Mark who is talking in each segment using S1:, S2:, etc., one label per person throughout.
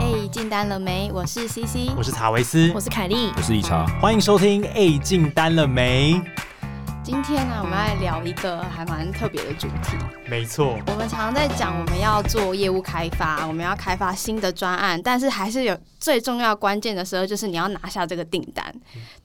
S1: 哎进单了没？我是 CC，
S2: 我是查维斯，
S3: 我是凯莉。
S4: 我是一茶，
S2: 欢迎收听《A 进单了没》。
S1: 今天呢、我们来聊一个还蛮特别的主题。
S2: 没错，
S1: 我们常常在讲我们要做业务开发，我们要开发新的专案，但是还是有最重要关键的时候，就是你要拿下这个订单。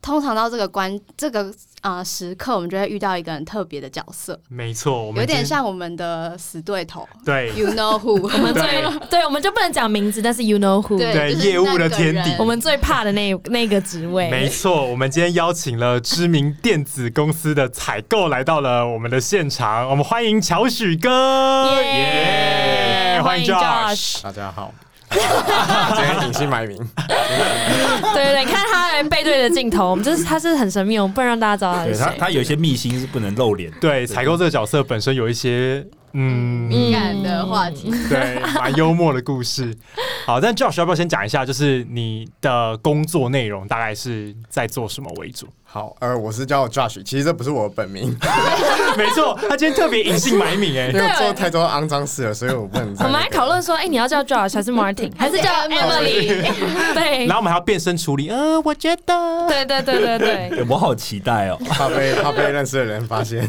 S1: 通常到这个关这个呃时刻，我们就会遇到一个很特别的角色，
S2: 没错，我们
S1: 有点
S2: 今
S1: 像我们的死对头
S2: 对
S1: ，You know who，我 们
S2: 对
S3: 对，我们就不能讲名字，但是 you know who，
S1: 对
S2: 对
S1: 就是
S2: 业务的天敌
S1: 那个人
S3: 我们最怕的那那个职位。
S2: 没错，我们今天邀请了知名电子公司的采购来到了我们的现场，我们欢迎乔许哥，
S3: 耶
S2: 耶
S3: 欢迎
S2: Josh。
S3: Josh。
S4: 大家 好，今天隐姓埋名，
S3: 对对对，看他来背对着镜头，我们这是他是很神秘，我们不能让大家知道他
S5: 对
S3: 是
S5: 他，
S3: 谁。
S5: 他有一些秘辛是不能露脸的。
S2: 对，采购这个角色本身有一些，嗯，
S1: 敏感的话题。
S2: 对，蛮幽默的故事。 好，但 Josh 要不要先讲一下，就是你的工作内容大概是在做什么为主？
S4: 好，呃，我是叫 Josh，其实这不是我的本名，
S2: 没错，他今天特别隐姓埋名、
S4: 因
S2: 哎，
S4: 为我做太多肮脏事了，所以我不能在
S3: 我
S4: 那个。
S3: 们来讨论说，哎，你要叫 Josh 还是 Martin，还 是叫 Emily？对
S2: 然后我们还要变身处理，嗯、我觉得，
S3: 对对对对对，
S5: 对我好期待哦！
S4: 怕被怕被认识的人发现。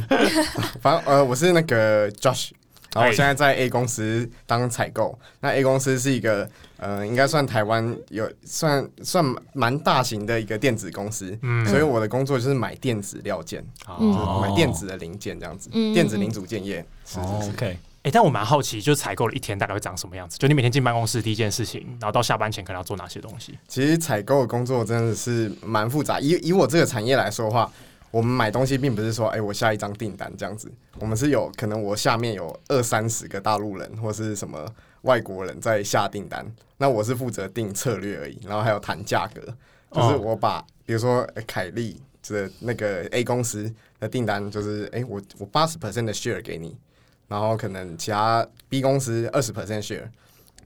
S4: 反正呃，我是那个 Josh，然后我现在在 A 公司当采购。那 A 公司是一个呃，应该算台湾有算算蛮大型的一个电子公司，
S2: 嗯
S4: 所以我的工作就是买电子料件，
S2: 哦，
S4: 就是买电子的零件这样子，
S3: 嗯嗯嗯
S4: 电子零组件业。是
S5: 哦
S4: 是 是。
S5: OK，
S2: 哎、但我蛮好奇，就是采购的一天大概会长什么样子？就你每天进办公室第一件事情，然后到下班前可能要做哪些东西？
S4: 其实采购的工作真的是蛮复杂。以以我这个产业来说的话，我们买东西并不是说，哎、我下一张订单这样子，我们是有可能我下面有二三十个大陆人或是什么外国人在下订单，那我是负责定策略而已，然后还有谈价格，就是
S2: 哦
S4: 我把比如说呃凯利这那个 A 公司的订单，就是哎、我我八十 percent 的 share 给你，然后可能其他 B 公司二十 percent share，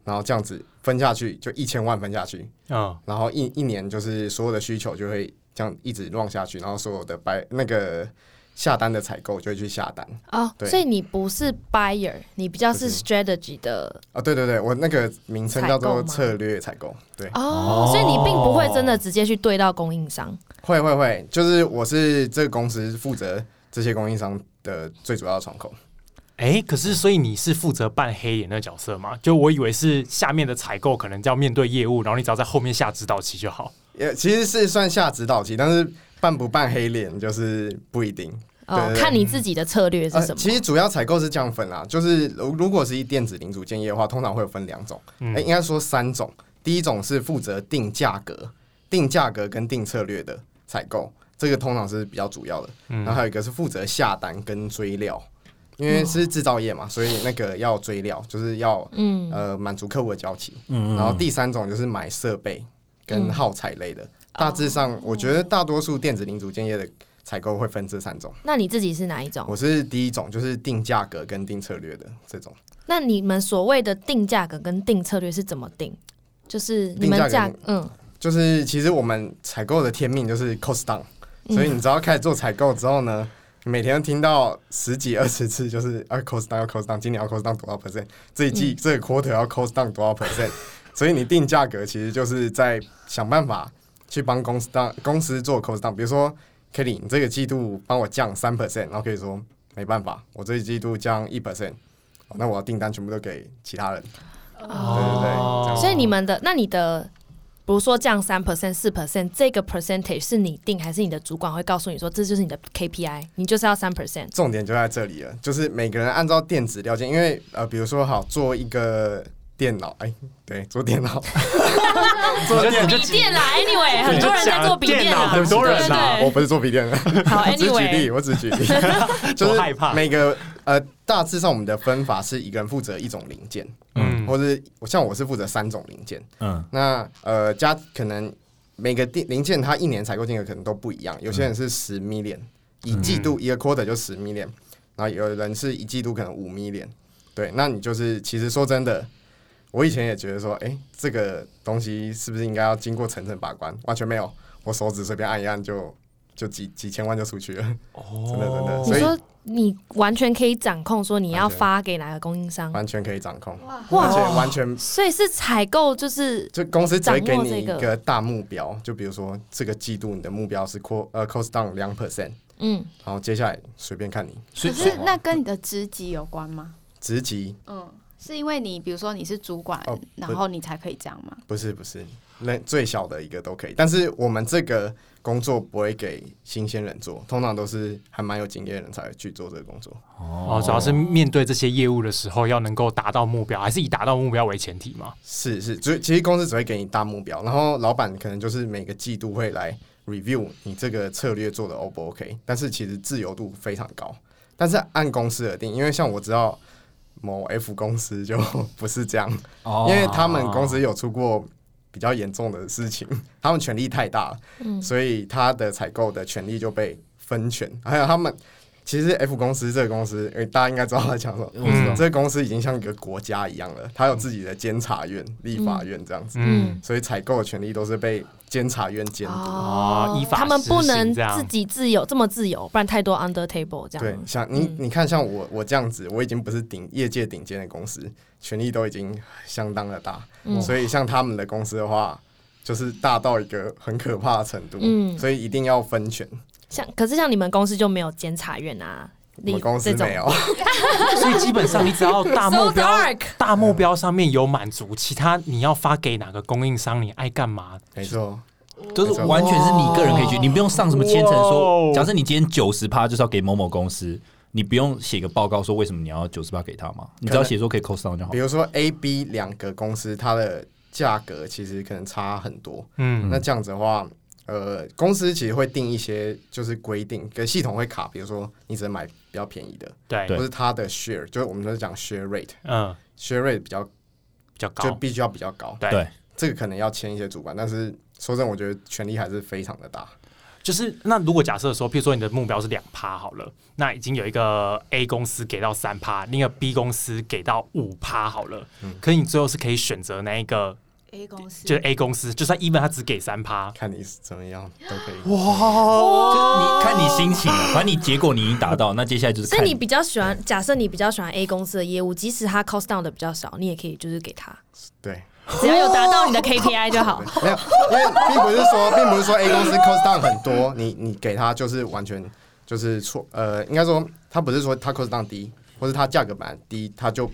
S4: 然后这样子分下去就一千万分下去，
S2: 嗯，
S4: 然后一一年就是所有的需求就会这样一直乱下去，然后所有的白那个下单的采购就会去下单。
S3: 哦，
S4: 对
S3: 所以你不是 buyer，你比较是
S4: 不是
S3: strategy 的
S4: 哦，对对对，我那个名称叫
S3: 采购
S4: 做
S3: 吗
S4: 策略采购，对，
S3: 哦，所以你并不会真的直接去对到供应商。
S4: 会会会，就是我是这个公司负责这些供应商的最主要的窗口。
S2: 哎、可是所以你是负责扮黑脸那个角色吗？就我以为是下面的采购可能要面对业务，然后你只要在后面下指导棋就好。
S4: 也其实是算下指导期，但是扮不扮黑脸就是不一定。对
S3: 哦
S4: 对，对
S3: 看你自己的策略是
S4: 呃
S3: 什么。
S4: 其实主要采购是这样分啦，就是如如果是一电子零组件业的话，通常会有分两种，
S2: 嗯
S4: 哎、应该说三种。第一种是负责定价格、定价格跟定策略的采购，这个通常是比较主要的。
S5: 嗯
S4: 然后还有一个是负责下单跟追料，因为是制造业嘛，所以那个要追料，就是要
S3: 嗯
S4: 呃满足客户的交期。
S5: 嗯
S4: 然后第三种就是买设备
S3: 嗯
S4: 跟耗材类的。大致上，我觉得大多数电子零组件业的采购会分这三种。
S3: 那你自己是哪一种？
S4: 我是第一种，就是定价格跟定策略的这种。
S3: 那你们所谓的定价格跟定策略是怎么定？就是你们
S4: 定价
S3: 价
S4: 格
S3: 嗯，
S4: 就是其实我们采购的天命就是 cost down，所以你只要开始做采购之后呢，你每天都听到十几二十次就是啊 cost down 要 cost down，今年要 cost down 多少 percent，这一季、这个 quarter 要 cost down 多少 percent，所 以你定价格其实就是在想办法去帮公司当公司做 cost down，比如说 Kelly，你这个季度帮我降三 percent，然后可以说没办法，我这一季度降一 percent，那哦我的订单全部都给其他人，对对对，这样
S3: 所以你们的那你的，比如说降三 percent、四 percent 这个 percentage 是你定，还是你的主管会告诉你说这就是你的 KPI，你就是要三 percent？
S4: 重点就在这里了，就是每个人按照电子料件，因为呃，比如说好做一个电脑，哎、对，做电脑，做电
S3: 笔电啦，anyway，很多人在做笔啦，
S2: 很多人啊
S4: 我不是做笔电的，
S3: 好
S4: 我只举例，
S3: ，anyway，
S4: 我只举 例，
S2: 我
S4: 就
S2: 害怕
S4: 是每个呃，大致上我们的分法是一个人负责一种零件，
S2: 嗯，
S4: 或者像我是负责三种零件，
S5: 嗯，
S4: 那呃加可能每个电零件它一年采购金额可能都不一样，有些人是十 million，一季度一个 quarter 就十 million，然后有人是一季度可能五 million，对，那你就是其实说真的。我以前也觉得说，哎、这个东西是不是应该要经过层层把关？完全没 有，我手指随便按一按就就几几千万就出去了，真的真的。
S3: 你
S4: 所以
S3: 说你完全可以掌控说你要
S4: 完全
S3: 发给哪个供应商，
S4: 完全可以掌控，
S1: 哇
S3: 哇
S4: 而且完全
S3: 所以是采购就是
S4: 就公司只会给
S3: 掌握
S4: 你一
S3: 这个
S4: 个大目标，就比如说这个季度你的目标是 co 呃 cost down 两 percent，
S3: 嗯，
S4: 然后接下来随便看你
S5: 所以
S1: 可是那跟你的职级有关吗？
S4: 职级，
S1: 嗯，是因为你比如说你是主管
S4: 哦，
S1: 然后你才可以这样吗？
S4: 不是不是，那最小的一个都可以，但是我们这个工作不会给新鲜人做，通常都是还蛮有经验的人才会去做这个工作。
S2: 哦，主要是面对这些业务的时候，要能够达到目标，还是以达到目标为前提嘛？
S4: 是是，就其实公司只会给你大目标，然后老板可能就是每个季度会来 review 你这个策略做的 O 不 OK，但是其实自由度非常高，但是按公司而定，因为像我知道某 F 公司就 不是这样，
S5: 哦
S4: 因为他们公司有出过比较严重的事情，他们权力太大了，所以他的采购的权力就被分权，还有他们。其实 F 公司这个公司，呃大家应该知道他讲什么。
S2: 嗯
S4: 这个公司已经像一个国家一样了，它有自己的监察院、立法院这样子，
S2: 嗯，
S4: 所以采购的权利都是被监察院监督。
S2: 哦依法
S3: 他们不
S2: 实行
S3: 能
S2: 这样
S3: 自己自由这么自由，不然太多 under table 这
S4: 对
S3: 样，。
S4: 像你，你看，像我，我这样子，我已经不是顶业界顶尖的公司，权力都已经相当的大，所以像他们的公司的话，就是大到一个很可怕的程度，
S3: 嗯
S4: 所以一定要分权。
S3: 像可是像你们公司就没有监察院啊，
S4: 我
S3: 你
S4: 们公司
S3: 这种
S4: 没有，
S2: 所以基本上你只要大
S3: So
S2: 目标
S3: dark
S2: 大目标上面有满足，其他你要发给哪个供应商，你爱干嘛，
S4: 没错，
S5: 就是完全是你个人可以去，你不用上什么千层
S2: 哇哦
S5: 说，假设你今天九十趴就是要给某某公司，你不用写个报告说为什么你要九十趴给他嘛，你只要写说可以 cost down 就好
S3: 哦
S4: 比。如说 A、B 两个公司，它的价格其实可能差很多，
S2: 嗯，
S4: 那这样子的话，呃，公司其实会定一些就是规定，跟系统会卡，比如说你只能买比较便宜的，
S2: 对，
S5: 对
S4: 或是它的 share，就是我们都讲 share rate，share
S2: 嗯，
S4: rate 比较
S2: 比较
S4: 就
S2: 高，
S4: 必须要比较高，
S2: 对
S5: 对，
S4: 这个可能要签一些主管，但是说真的，我觉得权力还是非常的大，
S2: 就是那如果假设说，譬如说你的目标是两趴好了，那已经有一个 A 公司给到三趴，另一个 B 公司给到五趴好了，嗯可是你最后是可以选择那一个，
S1: A 公司
S2: 就是 A 公司，就算 even 他只给三趴，
S4: 看你是怎么样都可以。
S5: 就是你看你心情，啊反正你结果你已经达到，那接下来就是
S3: 所以
S5: 看
S3: 你比较喜欢，假设你比较喜欢 A 公司的业务，即使它 cost down 的比较少，你也可以就是给他，
S4: 对，
S3: 只要有达到你的 KPI 就 好。
S4: 没有，因为并不是说，并不是说 A 公司 cost down 很多，你你给他就是完全就是错，呃，应该说他不是说他 cost down 低，或是他价格本来低，他就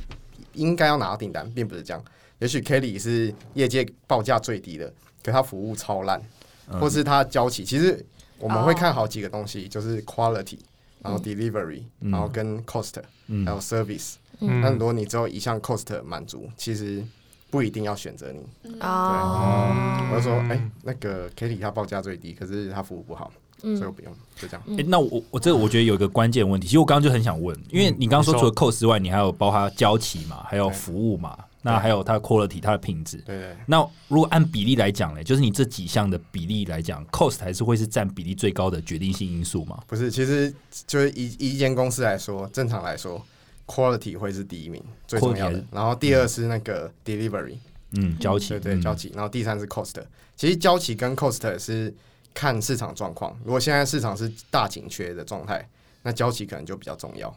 S4: 应该要拿到订单，并不是这样。也许 Kelly 是业界报价最低的，可他服务超烂，或是他交期，其实我们会看好几个东西，就是 quality，然后 delivery，、然后跟 cost，、还有 service。
S2: 嗯
S4: 那如果你只有一项 cost 满足，其实不一定要选择你。啊
S3: 哦，
S4: 我就说，哎、那个 Kitty 它报价最低，可是它服务不好，所以我不用，就这样。
S5: 诶那我我这个我觉得有一个关键问题，其实我刚刚就很想问，因为你刚刚说
S2: 你
S5: 除
S2: 说
S5: 了 cost 之外，你还有包括交期嘛，还有
S4: 对
S5: 服务嘛，那还有它的 quality 它的品质。
S4: 对对
S5: 那如果按比例来讲呢，就是你这几项的比例来讲，cost 还是会是占比例最高的决定性因素嘛？
S4: 不是，其实就是以以一间公司来说，正常来说，quality 会是第一名，最重要
S5: Quality 还
S4: 的
S5: 是。
S4: 然后第二是那个 delivery，、
S5: 嗯，交期，
S4: 对对，
S5: 嗯
S4: 交期。然后第三是 cost，其实交期跟 cost 是看市场状况。如果现在市场是大紧缺的状态，那交期可能就比较重要。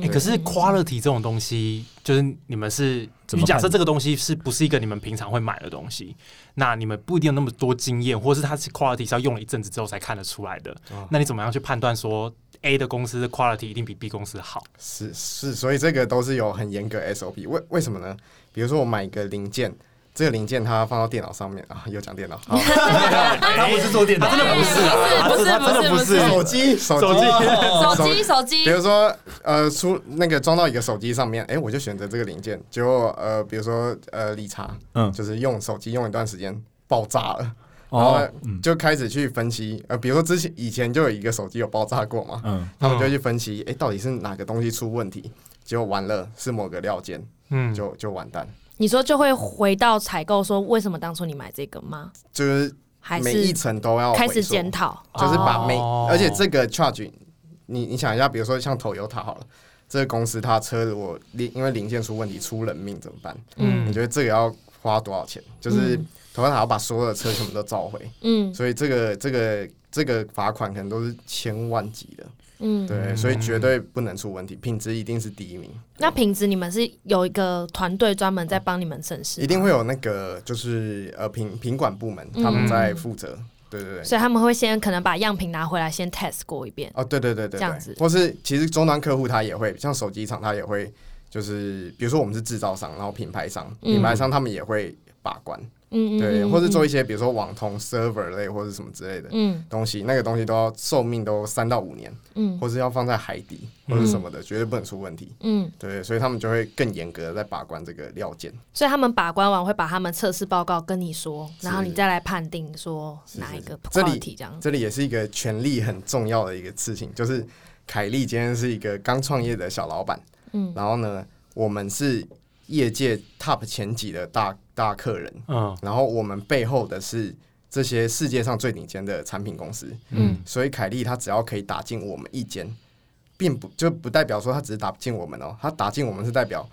S2: 欸可是 quality 这种东西，就是你们是，
S5: 怎
S2: 你
S5: 么
S2: 假
S5: 看
S2: 设这个东西是不是一个你们平常会买的东西，那你们不一定有那么多经验，或是它是 quality 是要用了一阵子之后才看得出来的。
S4: 哦
S2: 那你怎么样去判断说 A 的公司的 quality 一定比 B 公司好？
S4: 是是，所以这个都是有很严格 SOP。为为什么呢？比如说我买一个零件，这个零件它放到电脑上面啊，有讲电脑，好，
S5: 他不是做电脑，真的不是啊。
S3: 不是
S2: 他
S3: 不
S2: 真
S3: 是
S2: 的
S3: 不
S2: 不
S3: 是
S4: 手机手
S2: 手
S4: 机。
S2: 机
S3: 手机手
S4: 比
S3: 机
S4: 如说，呃，出那个装到一个手机上面，哎、我就选择这个零件，结果呃，比如说呃，理查，
S5: 嗯
S4: 就是用手机用一段时间爆炸了，然后
S5: 哦
S4: 呢，就开始去分析，呃，比如说之前以前就有一个手机有爆炸过嘛，
S5: 嗯，
S4: 他们就会去分析，哎、到底是哪个东西出问题，结果完了是某个料件，
S2: 嗯
S4: 就就完蛋，
S3: 你说就会回到采购说为什么当初你买这个吗？
S4: 就是
S3: 还
S4: 每一
S3: 是
S4: 层都要
S3: 开
S4: 回
S3: 始
S4: 溯
S3: 检讨？
S4: 就是把每，
S2: 哦
S4: 而且这个 charge，你你想一下，比如说像 Toyota 好了，这个公司它车如果零因为零件出问题出人命怎么办？
S2: 嗯
S4: 你觉得这个要花多少钱？就是
S3: 嗯
S4: Toyota 要把所有的车全部都召回，
S3: 嗯，
S4: 所以这个这个这个罚款可能都是千万级的。
S3: 嗯，
S4: 对，所以绝对不能出问题，品质一定是第一名。
S3: 那平时你们是有一个团队专门在帮你们审视，
S4: 一定会有那个就是呃品品管部门他们在负责，对对对。
S3: 所以他们会先可能把样品拿回来先 test 过一遍。
S4: 哦，对对对对
S3: 这样
S4: 对
S3: 子，
S4: 或是其实终端客户他也会，像手机厂他也会，就是比如说我们是制造商，然后品牌商，
S3: 嗯
S4: 品牌商他们也会把关，
S3: 嗯嗯，
S4: 对，
S3: 嗯
S4: 或是做一些比如说网通 server 类或是什么之类的
S3: 嗯
S4: 东西，那个东西都要寿命都三到五年，
S3: 嗯
S4: 或是要放在海底或是什么的，绝对不能出问题。
S3: 嗯，
S4: 对，所以他们就会更严格的在把关这个料件。
S3: 所以他们把关完会把他们测试报告跟你说，
S4: 是
S3: 然后你再来判定说哪一个
S4: 这里
S3: quality 这样子。
S4: 这里也是一个权力很重要的一个事情，就是凯莉今天是一个刚创业的小老板，
S3: 嗯
S4: 然后呢，我们是业界 top 前几的大大客人，
S2: 嗯
S4: 然后我们背后的是这些世界上最顶尖的产品公司，
S3: 嗯
S4: 所以凯莉她只要可以打进我们一间，并不就不代表说她只是打进我们哦，她打进我们是代表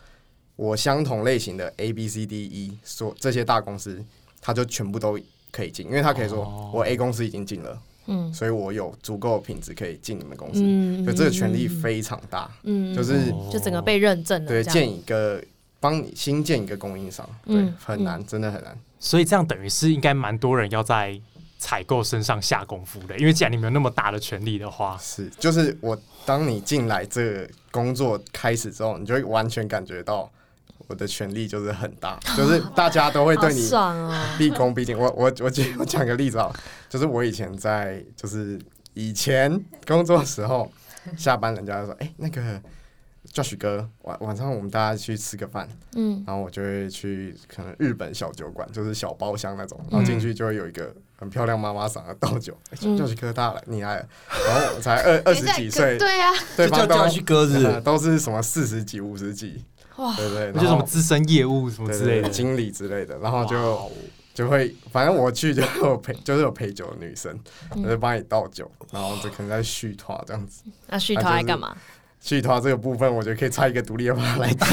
S4: 我相同类型的 A B C D E 所这些大公司，她就全部都可以进，因为她可以说、
S2: 哦
S4: 我 A 公司已经进了，
S3: 嗯
S4: 所以我有足够的品质可以进你们公司，
S3: 嗯，
S4: 就这个权力非常大，
S3: 嗯，嗯
S4: 就是
S2: 哦
S3: 就整个被认证了这
S4: 对
S3: 样。
S4: 建一个帮你新建一个供应商，对，
S3: 嗯
S4: 很难，真的很难。
S2: 所以这样等于是应该蛮多人要在采购身上下功夫的，因为既然你们有那么大的权利的话，
S4: 是，就是我当你进来这个工作开始之后，你就会完全感觉到我的权力就是很 大，就是大家都会
S3: 好
S4: 对你
S3: 爽哦！
S4: 毕恭毕敬。我我我举我讲个例子啊，就是我以前在就是以前工作的时候，下班人家就说，哎、那个 Josh 哥，晚晚上我们大家去吃个饭，
S3: 嗯
S4: 然后我就会去可能日本小酒馆，就是小包厢那种，然
S2: 嗯
S4: 后进去就会有一个很漂亮妈妈桑的倒酒，哎
S3: 嗯
S4: 就去科大了，你来了，然后我才 二二十几岁，
S1: 对啊，
S4: 对
S5: 就叫
S4: 方都
S5: 叫去鸽
S4: 呃
S5: 子，
S4: 都是什么四十几、五十几，
S3: 哇
S4: 对不对？
S2: 就什
S4: 然
S2: 么
S4: 后
S2: 资深业务什么
S4: 对
S2: 之
S4: 对
S2: 类
S4: 对
S2: 的，
S4: 经理之类的，然后
S2: 哇
S4: 就
S2: 哦
S4: 就会，反正我去就有陪，就是有陪酒的女生，
S3: 嗯
S4: 我就帮你倒酒，然后就可能在续团这样子。
S3: 那续头来干嘛？
S4: 续团这个部分，我觉得可以拆一个独立的话来讲。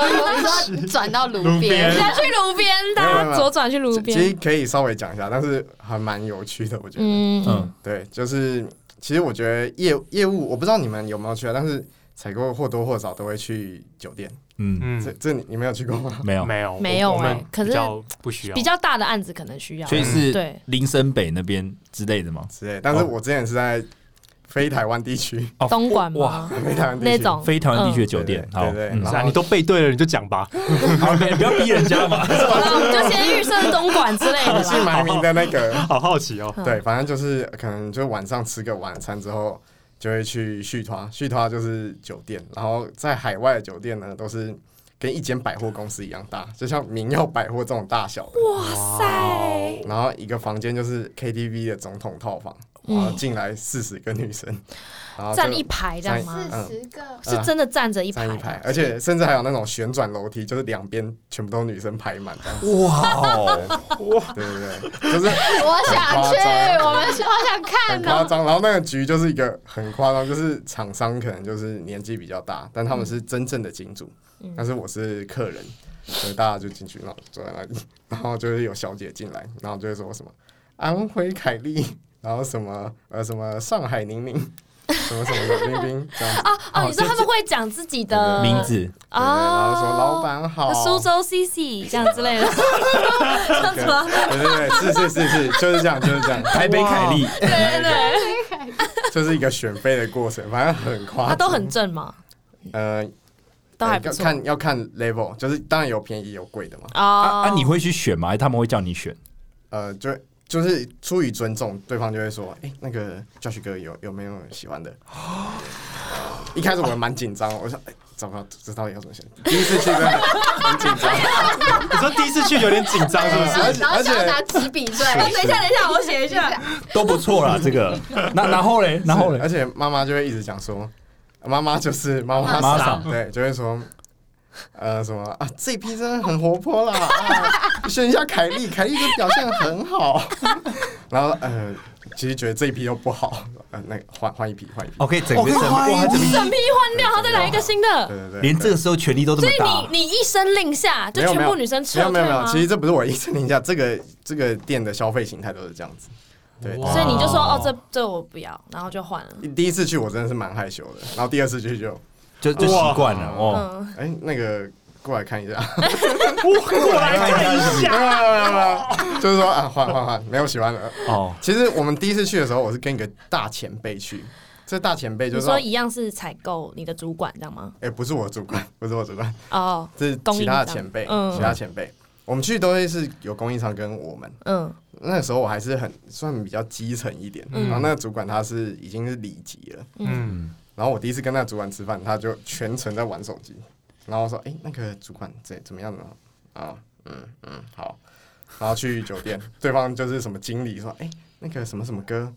S1: 那时候转到 炉边，
S3: 人家去炉边，大
S4: 没有没有没
S3: 家
S4: 有
S3: 左转去炉
S4: 其其实
S3: 边。
S4: 可以稍微讲一下，但是还蛮有趣的，我觉得。
S3: 嗯嗯
S5: 嗯，
S4: 对，就是其实我觉得业业务，我不知道你们有没有去啊，但是采购或多或少都会去酒店。
S5: 嗯，
S4: 这
S2: 嗯，
S4: 这你你没有去过吗？
S5: 没有，
S2: 没有
S3: 没有
S2: 我我
S3: 哎
S2: 们
S3: 可是
S2: 比较不需要
S3: 比较大的案子可能需要。
S5: 所以是
S3: 对
S5: 林森北那边之类的吗？
S4: 之类的。但是
S5: 哦
S4: 我之前是在非台湾地区，
S5: 哦
S3: 东莞
S5: 哇，
S3: 吗？
S4: 非台湾地区
S3: 那种
S5: 非台湾地区的酒店
S4: 对，对
S5: 好，
S4: 对
S5: 嗯
S4: 然
S2: 是啊，你都背对了你就讲吧，
S5: 好不要逼人家 嘛。
S3: 好那我们就先预设东莞之类的
S4: 你是
S3: 啦。
S4: 埋名的那个，
S2: 好好奇哦，
S3: 嗯
S4: 对，反正就是可能就晚上吃个晚餐之后，就会去续团，续团就是酒店，然后在海外的酒店呢，都是跟一间百货公司一样大，就像民耀百货这种大小的，
S3: 哇塞！
S4: 然后一个房间就是 KTV 的总统套房，然后进来四十个女生，然后就
S3: 站嗯一排这样吗？
S4: 嗯
S1: 十个，
S3: 是真的站着一排
S4: 站
S3: 的，
S4: 一排，而且甚至还有那种旋转楼梯，就是两边全部都女生排满这样子，
S5: 哇哦，
S4: 对对对，就是
S1: 我想去
S4: 很夸，张
S1: 我们好想
S4: 很
S1: 看
S4: 夸
S1: 哦。
S4: 张。然后那个局就是一个很夸张，就是厂商可能就是年纪比较大，但他们是真正的金主，
S3: 嗯
S4: 但是我是客人，所以大家就进去，然后坐在那里，然后就是有小姐进来，然后就会说什么安徽凯丽，然后什么呃什么上海宁 宁，什么什么冷冰冰这样子。
S3: 哦，你说他们会讲自己的
S5: 名字
S4: 对
S3: 啊
S4: 对对然后说老板好，
S3: 苏州 CC 这样之类的，哦 这样子吗？
S4: 对对对，是是是是，就是这样，就是这样，
S5: 台北凯莉，
S3: 对对对，
S4: 就是一个选妃的过程，反正很夸
S3: 他
S4: 张，
S3: 啊都很正嘛，
S4: 呃
S3: 都还
S4: 呃
S3: 不
S4: 要
S3: 错。哦
S4: 看要看 level，就是当然有便宜有贵的嘛。
S5: 啊
S3: 啊
S5: 啊，你会去选吗？还是他们会叫你选？
S4: 呃，就就是出于尊重，对方就会说：“哎、那个 Josh 哥有有没有喜欢的？”一开始我蛮紧张，我想：“哎、糟糕，这到底要怎么选？”第一次去真的很紧张，
S2: 你说第一次去有点紧张是不 是？
S1: 然后哎
S4: 是
S1: 然后
S4: 而且
S1: 想要拿纸笔对，
S3: 哎等一下，等一下，我写一 下。
S5: 都不错啦，这个。 那然后嘞，然后
S4: 而
S5: 嘞，
S4: 且妈妈就会一直讲说：“妈妈就是妈妈
S5: 妈
S4: 桑，
S5: 桑
S4: 对，就会说。”呃，什么啊？这批真的很活泼啦！啊，选一下凯莉，凯莉的表现很好。 然后呃，其实觉得这一批又不好，呃，那个换换一批，换一批。
S5: ，OK，整个整个
S2: 哇
S5: 哇，整个
S3: 审批换掉，然后再来一个新
S4: 对
S3: 的，
S4: 对对，
S5: 连这
S4: 对
S5: 个时候权力都这么
S3: 你
S5: 大，
S3: 你一声令下，就
S4: 没有
S3: 全
S4: 没
S3: 部
S4: 有
S3: 女生撤
S4: 没有没
S3: 退
S4: 有没有，
S3: 吗
S4: 其？实这不是我一声令下，这个这个店的消费形态都是这样子，对，
S2: 哇
S3: 所以你就说哦，这这我不要，然后就换了。
S4: 第一次去我真的是蛮害羞的，然后第二次去就
S5: 就就习惯了哦。
S3: 嗯，
S4: 哎、那个过来看一下，
S2: 过来看一
S4: 没有
S2: 下，
S4: 没有没有没有就是说啊换换换，没有喜欢的。
S5: 哦，
S4: 其实我们第一次去的时候，我是跟一个大前辈去，这大前辈就
S3: 你
S4: 是说
S3: 说一样是采购你的主管这样吗？
S4: 哎、不是我主管，不是我主管，
S3: 哦，
S4: 这是
S3: 供
S4: 其
S3: 应
S4: 他的
S3: 商
S4: 前辈，
S3: 嗯
S4: 其他前辈。我们去都会是有供应商跟我们，
S3: 嗯
S4: 那时候我还是很算比较基层一点，然后那个主管他是已经是里级了，
S2: 嗯，
S4: 然后我第一次跟那个主管吃饭，他就全程在玩手机，然后我说：“哎、那个主管怎怎么样呢？”啊，嗯嗯，好，然后去酒店， 对方就是什么经理说：“哎、那个什么什么哥，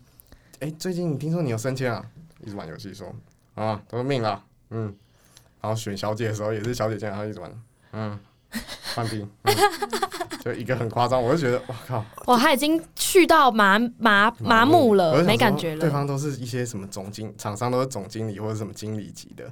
S4: 哎、最近听说你有升迁啊？”一直玩游戏说：“啊，都命了，嗯。”然后选小姐的时候也是小姐这样，然后一直玩，嗯，换兵、嗯，就一个很夸张，我就觉得哇靠，
S3: 哇，他已经去到麻麻麻木
S4: 我
S3: 了，
S4: 就想说
S3: 没感觉
S4: 对
S3: 了。
S4: 方都是一些什么总经厂商都是总经理或者什么经理级的，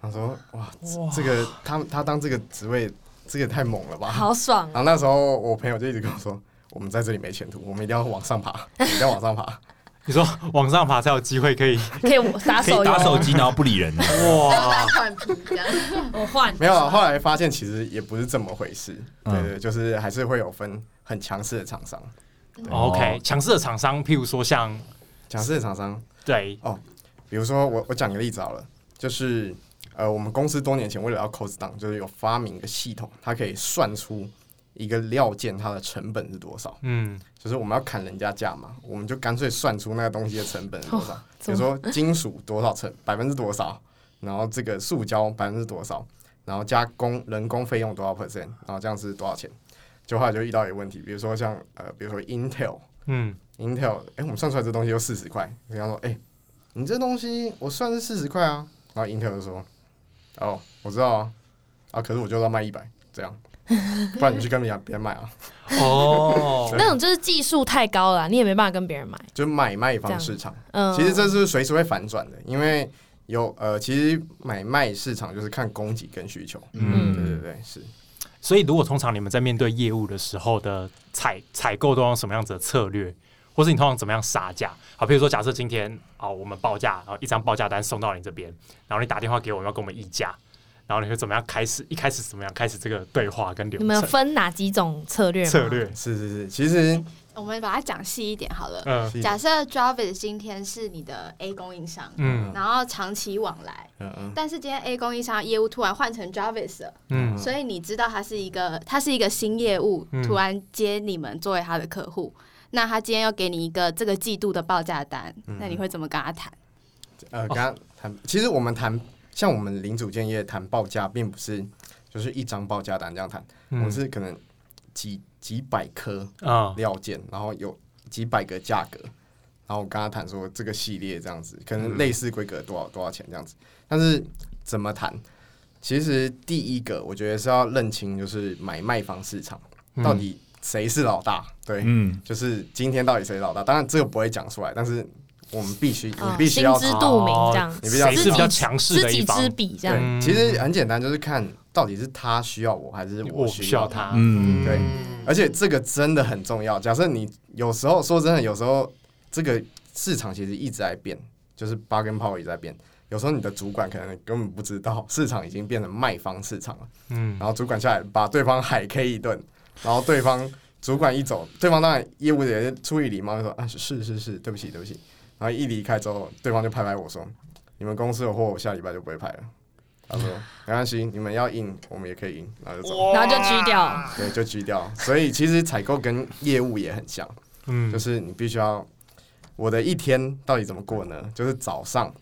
S4: 他说哇，
S2: 哇
S4: 这这个他他当这个职位，这个也太猛了吧！
S3: 好爽啊
S4: 然后那时候我朋友就一直跟我说，我们在这里没前途，我们一定要往上爬，一定要往上 爬。
S2: 你说往上爬才有机会可以
S3: 可以我打
S5: 可以
S3: 手
S5: 打手
S3: 游，
S5: 机，然后不理人，
S2: 哇，
S1: 换皮这样，
S3: 我换
S4: 没有啊，后来发现其实也不是这么回事，
S5: 嗯
S4: 对对，就是还是会有分很强势的厂商，
S2: OK，强哦势的厂商，譬如说像
S4: 强势的厂商，
S2: 对，
S4: 比如说我我讲个例子好了，就是呃，我们公司多年前为了要 cost down，就是有发明一个系统，它可以算出一个料件它的成本是多少。
S2: 嗯，
S4: 就是我们要砍人家价嘛，我们就干脆算出那个东西的成本是多少。比
S3: 怎
S4: 如
S3: 么
S4: 说金属多少成百分之多少，然后这个塑胶百分之多少，然后加工人工费用多少 percent，然后这样是多少钱？就后来就遇到一个问题，比如说像呃，比如说 Intel，
S2: 嗯，
S4: Intel，哎、我们算出来这东西就四十块。人家说，哎、你这东西我算是四十块啊。然后 Intel 就说，哦，我知道啊，啊，可是我就要卖一百，这样，不然你去跟别人别人买啊，嗯
S2: 哦，
S3: 那种就是技术太高了啊，你也没办法跟别人买。
S4: 就买卖方市场。
S3: 嗯，
S4: 其实这是随时会反转的，因为有呃，其实买卖市场就是看供给跟需求。
S5: 嗯
S4: 对对对，是。
S2: 所以如果通常你们在面对业务的时候的采采购都用什么样子的策略，或是你通常怎么样杀价？好，譬如说假设今天啊、我们报价，然后一张报价单送到你这边，然后你打电话给我们要跟我们议价，然后你会怎么样开始？一开始怎么样开始这个对话跟流
S3: 你们有
S2: 程
S3: 分哪几种策略吗？
S2: 策略？
S4: 是是是，其实
S1: 我们把它讲细一点好了。
S2: 嗯
S4: 是
S1: 假设 Jarvis 今天是你的 A 供应商，
S2: 嗯
S1: 然后长期往来，
S4: 嗯嗯，
S1: 但是今天 A 供应商业务突然换成 Jarvis 了，
S2: 嗯
S1: 所以你知道他是一个他是一个新业务
S2: 嗯，
S1: 突然接你们作为他的客户。那他今天要给你一个这个季度的报价单，
S2: 嗯
S1: 那你会怎么跟他谈？
S4: 呃，刚刚谈，其实我们谈，像我们零组件业谈报价，并不是就是一张报价单这样谈。我
S2: 嗯
S4: 是可能几几百颗
S2: 啊
S4: 料件，然后有几百个价格，然后我跟他谈说这个系列这样子，可能类似规格多少多少钱这样子，但是怎么谈？其实第一个我觉得是要认清，就是买卖方市场到底谁是老大，对，
S5: 嗯，
S4: 就是今天到底谁是老大？当然这个不会讲出来，但是我们必须，你
S3: 嗯
S4: 必须要
S3: 心知肚明这样
S2: 哦
S4: 你比较
S2: 谁是比较强势
S3: 知
S2: 的一
S3: 己
S2: 方？
S3: 知彼这样。
S4: 对，其实很简单，就是看到底是他需要我，还是
S2: 我
S4: 需
S2: 需要
S4: 他
S2: 他，。
S5: 嗯
S4: 对，而且这个真的很重要。假设你有时候说真的，有时候这个市场其实一直在变，就是八跟炮一直在变。有时候你的主管可能根本不知道，市场已经变成卖方市场了。
S2: 嗯，
S4: 然后主管下来把对方海 K 一顿，然后对方主管一走，对方当然业务也是出于礼貌就说啊是是是，对不起对不起。然后一离开之后，对方就拍拍我说：“你们公司的货我下礼拜就不会拍了。”他说：“没关系，你们要赢，我们也可以赢。”然后就走。
S3: 然后就狙掉，
S4: 对，就锯掉。所以其实采购跟业务也很像，
S2: 嗯
S4: 就是你必须要我的一天到底怎么过呢？就是早上，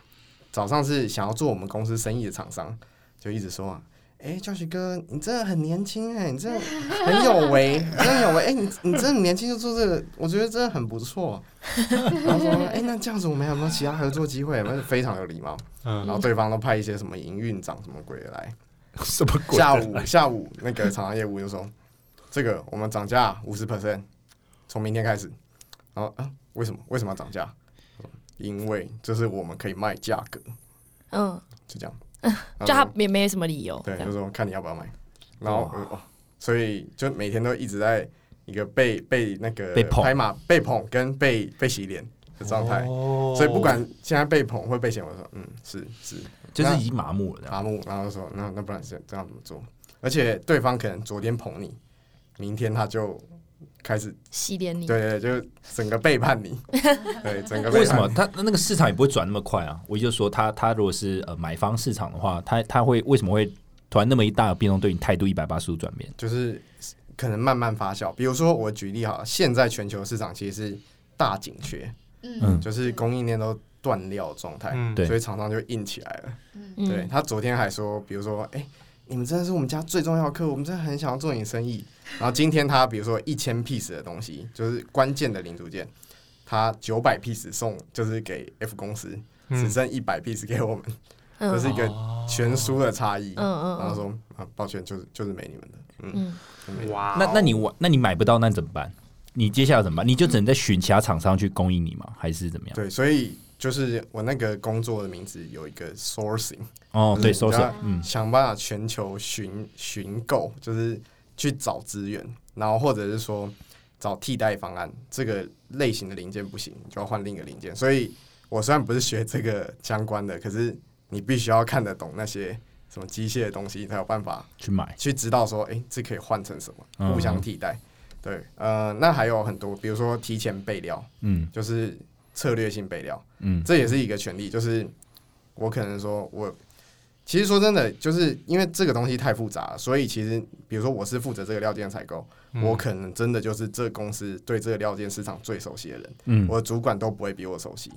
S4: 早上是想要做我们公司生意的厂商，就一直说啊。哎、教学哥，你真的很年轻哎、你真的很有为，你真的有为哎、你你真的很年轻就做这个，我觉得真的很不错。然后说，哎、那这样子我们有没有其他合作机会？我们非常有礼貌。然
S2: 嗯，
S4: 后对方都派一些什么营运长什么鬼的来，
S5: 什么鬼？
S4: 下 午下午那个厂商业务就说，这个我们涨价五十 percent，从明天开始。然后啊，为什么为什么要涨价？他说因为这是我们可以卖价格，
S3: 嗯，
S4: 就这样。
S3: 就
S4: 然后
S3: 他也没什么理由，
S4: 嗯对，
S3: 这
S4: 就
S3: 样
S4: 说看你要不要买。然后我就哦，所以就每天都一直在一个被被那个
S5: 被捧
S4: 拍马被捧跟被被洗脸的状态。
S2: 哦
S4: 所以不管现在被捧或被嫌，我说嗯是是
S5: 就是已经麻木了这样。
S4: 麻木，然后就说那那不然这这样怎么做？而且对方可能昨天捧你，明天他就开始
S3: 洗脸你，
S4: 对对，就整个背叛你，对整个背叛
S5: 为什么他那个市场也不会转那么快啊？我就说他他如果是呃买方市场的话，他他会为什么会突然那么一大的变动，对你态度一百八十度转变？
S4: 就是可能慢慢发酵。比如说我举例好了，现在全球市场其实是大紧缺，
S5: 嗯
S4: 就是供应链都断料的状态，
S2: 嗯
S5: 对
S4: 所以厂商就硬起来了。
S3: 嗯
S4: 对他昨天还说，比如说，哎、你们真的是我们家最重要的客户，我们真的很想要做你生意。然后今天他比如说一千 piece 的东西，就是关键的零组件，他九百 piece 送就是给 F 公司，只剩一百 piece 给我们，这是一个悬殊的差异。
S3: 嗯嗯嗯
S4: 然后说啊，抱歉，就是就是没你们的，嗯。
S2: 哇哦，
S5: 那那你玩那你买不到，那怎么办？你接下来怎么办？你就只能再寻其他厂商去供应你吗？还是怎么样？
S4: 对，所以就是我那个工作的名字有一个 sourcing，
S5: 哦，
S4: 就
S5: 对，
S4: 是
S5: 收
S4: 你
S5: 拾
S4: 要，
S5: 嗯，
S4: 想办法全球寻寻购，就是去找资源，然后或者是说找替代方案。这个类型的零件不行，你就要换另一个零件。所以我虽然不是学这个相关的，可是你必须要看得懂那些什么机械的东西，你才有办法
S5: 去买，
S4: 去知道说，哎、这可以换成什么，
S5: 嗯
S4: 互相替代。对，呃，那还有很多，比如说提前备料，
S5: 嗯
S4: 就是策略性备料。
S5: 嗯
S4: 这也是一个权利，就是我可能说我。其实说真的，就是因为这个东西太复杂了，所以其实比如说我是负责这个料件采购，
S3: 嗯
S4: 我可能真的就是这公司对这个料件市场最熟悉的人，
S5: 嗯，
S4: 我的主管都不会比我熟悉，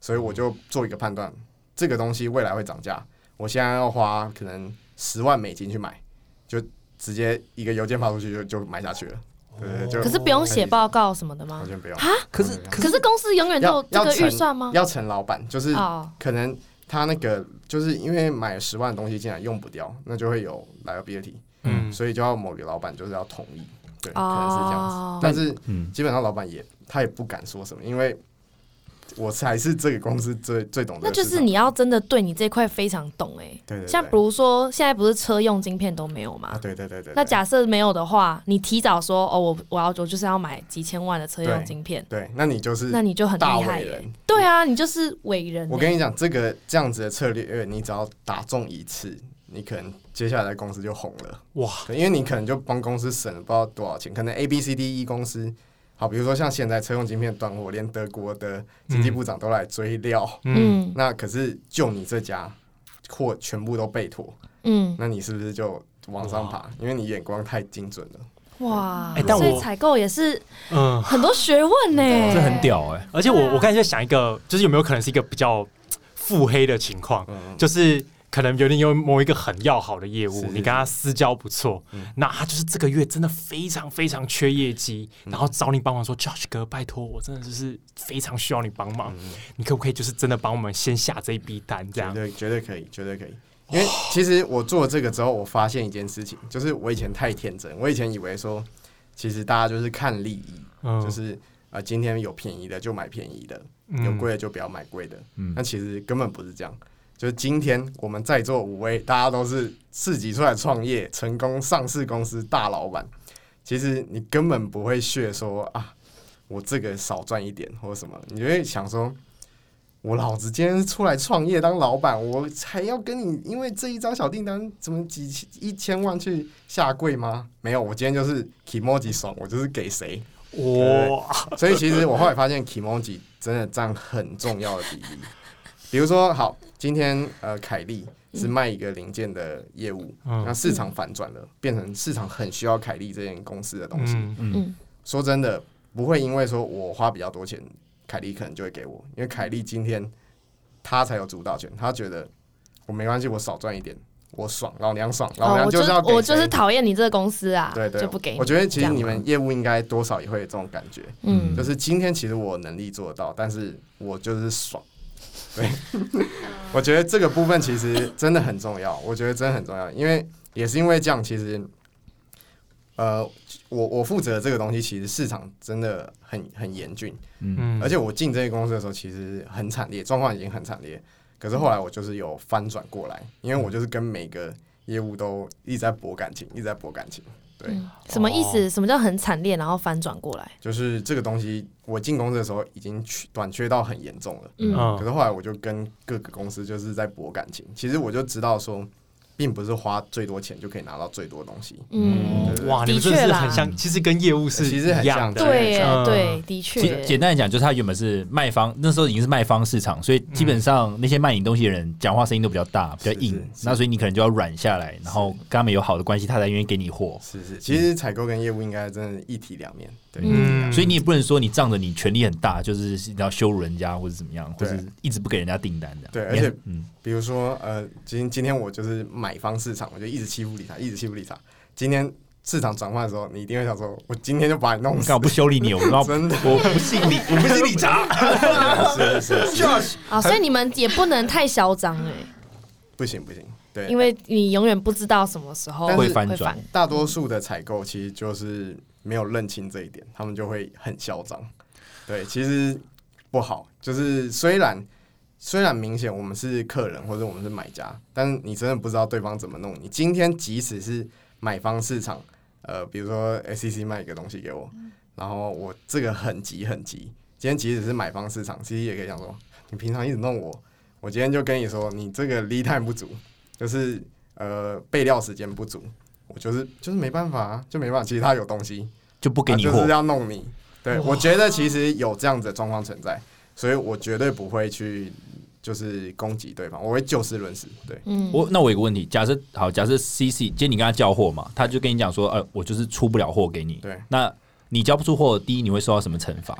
S4: 所以我就做一个判断，这个东西未来会涨价，我现在要花可能十万美金去买，就直接一个邮件发出去就就买下去了，对对，就
S3: 哦可是不用写报告什么的吗
S4: 完？全不用，
S2: 可是可
S3: 可是公司永远啊都有这
S4: 要哦要
S3: 个预
S4: 乘
S3: 算吗？
S4: 要陈老板就是
S3: 哦，
S4: 可能他那个就是因为买十万的东西竟然用不掉，那就会有 liability，
S2: 嗯
S4: 所以就要某个老板就是要同意，对，可能是这样子。
S3: 哦，
S4: 但是
S5: 嗯
S4: 基本上老板也他也不敢说什么，因为我才是这个公司最最懂这
S3: 那
S4: 个
S3: 就
S4: 市场。
S3: 是你要真的对你这块非常懂哎、
S4: 对对对
S3: 像比如说现在不是车用晶片都没有嘛？
S4: 啊，对对对对，对
S3: 那假设没有的话，你提早说哦，我我要我就是要买几千万的车用
S4: 对
S3: 晶片，
S4: 对，那你就是
S3: 那你就很
S4: 大
S3: 厉害
S4: 伟
S3: 耶、
S4: 人。
S3: 对啊，你就是伟人、欸。
S4: 我跟你讲，这个这样子的策略，你只要打中一次，你可能接下来公司就红了。
S2: 哇，
S4: 对，因为你可能就帮公司省了不知道多少钱，可能 A B C D E 公司，好，比如说像现在车用晶片断货，连德国的经济部长都来追料，
S2: 嗯
S3: 嗯
S4: 那可是就你这家货全部都被拖，
S3: 嗯，
S4: 那你是不是就往上爬？因为你眼光太精准了。
S3: 哇，
S2: 哎但
S3: 所以
S2: 我
S3: 采购也是
S2: 嗯，
S3: 很多学 问呢、
S4: 啊
S5: 这很屌哎，
S2: 而且我我刚才在想一个，就是有没有可能是一个比较腹黑的情况，就是。可能有点有某一个很要好的业务，
S4: 嗯是是
S2: 你
S4: 嗯
S2: 跟他私交不错，那他就是这个月真的非常非常缺业绩，
S4: 嗯
S2: 然后找你帮忙说，Josh 哥，拜托我真的就是非常需要你帮忙，你可不可以就是真的帮我们先下这一笔单这
S4: 绝
S2: 样？
S4: 嗯对绝对可以，绝对可以。因为其实我做这个之后，我发现一件事情，就是我以前太天真，我以前以为说，其实大家就是看利益，
S2: 嗯
S4: 就是呃，今天有便宜的就买便宜的，
S2: 嗯
S4: 有贵的就不要买贵的。那其实根本不是这样，就是今天我们在座五位，大家都是自己出来创业、成功上市公司大老板，其实你根本不会屑说啊，我这个少赚一点或者什么，你就会想说。我老子今天出来创业当老板，我还要跟你因为这一张小订单怎么几千一千万去下跪吗？没有，我今天就是 i m o j i 爽，我就是给谁。
S2: 哇，
S4: 所以其实我后来发现 i m o j i 真的占很重要的比例。比如说，好，今天呃，凯利是卖一个零件的业务，
S2: 嗯
S4: 那市场反转了，变成市场很需要凯利这间公司的东西。
S2: 嗯
S4: 说真的，不会因为说我花比较多钱，凯莉可能就会给我，因为凯莉今天她才有主导权，她觉得我没关系，我少赚一点，我爽，老娘爽，老
S3: 哦，
S4: 娘
S3: 我就
S4: 就是要给谁、
S3: 我就是讨厌你这个公司啊，
S4: 对对，
S3: 就不给你。
S4: 我觉得其
S3: 这
S4: 实
S3: 样
S4: 你们业务应该多少也会有这种感觉，
S3: 嗯
S4: 就是今天其实我能力做得到，但是我就 是爽。对，
S3: 嗯
S4: 我觉得这个部分其实真的很重要，我觉得真的很重要，因为也是因为这样，其实，呃，我我负责的这个东西，其实市场真的很很严峻，
S2: 嗯
S4: 而且我进这些公司的时候，其实很惨烈，状况已经很惨烈，可是后来我就是有翻转过来，因为我就是跟每个业务都一直在博感情，一直在博感情。对，
S3: 什么意
S4: 哦
S3: 思？什么叫很惨烈，然后反转过来？
S4: 就是这个东西，我进公司的时候已经缺短缺到很严重了。
S3: 嗯
S4: 可是后来我就跟各个公司就是在博感情，其实我就知道说，并不是花最多钱就可以拿到最多东西。
S3: 嗯，
S4: 对对对
S2: 哇，你们真的是
S3: 的确啦
S2: 很像，其实跟业务是
S4: 其实很
S2: 一样的。
S4: 像
S3: 对耶
S2: 嗯
S3: 对，的
S5: 简
S3: 确，
S5: 简单来讲，就是他原本是卖方，那时候已经是卖方市场，所以基本上那些卖你东西的人讲话声音都比较大，比较硬
S4: 是是。是
S5: 那所以你可能就要软下来，然后跟他们有好的关系，他才愿意给你货。
S4: 是是，其实采购跟业务应该真的一体两面。对，
S2: 嗯
S5: 啊所以你也不能说你仗着你权力很大，就是你要羞辱人家或者怎么样，或
S4: 对
S5: 者一直不给人家订单这样。
S4: 对
S5: 你还
S4: 而且
S5: 嗯，
S4: 比如说呃，今今天我就是买方市场，我就一直欺负理财，一直欺负理财。今天市场转换的时候，你一定会想说，我今天就把你弄死
S5: 干我。不修 理你，我然后
S4: 真的啊
S5: 我不信你，我不信 你查。
S4: 是是是，
S3: 啊，所以你们也不能太嚣张哎，
S4: 不行不行， 对，
S3: 因为你永远不知道什么时候
S4: 但是
S5: 会翻转
S3: 嗯
S4: 大多数的采购其实就是没有认清这一点，他们就会很嚣张。对，其实不好，就是虽然虽然明显我们是客人或者我们是买家，但是你真的不知道对方怎么弄。你今天即使是买方市场，呃，比如说 SEC 卖一个东西给我，然后我这个很急很急，今天即使是买方市场，其实也可以讲说，你平常一直弄我，我今天就跟你说，你这个 lead time 不足，就是呃备料时间不足，我就是就是没办法、啊，就没办法。其实他有东西，
S5: 就不给你
S4: 他就
S5: 货
S4: 是。要弄你。对，我觉得其实有这样子的状况存在，所以我绝对不会去就是攻击对方，我会就事论事。对，
S3: 嗯，
S5: 我那我有个问题，假设好，假设 C C，今天你跟他交货嘛，他就跟你讲说，呃，我就是出不了货给你。
S4: 对，
S5: 那你交不出货，第一你会受到什么惩罚？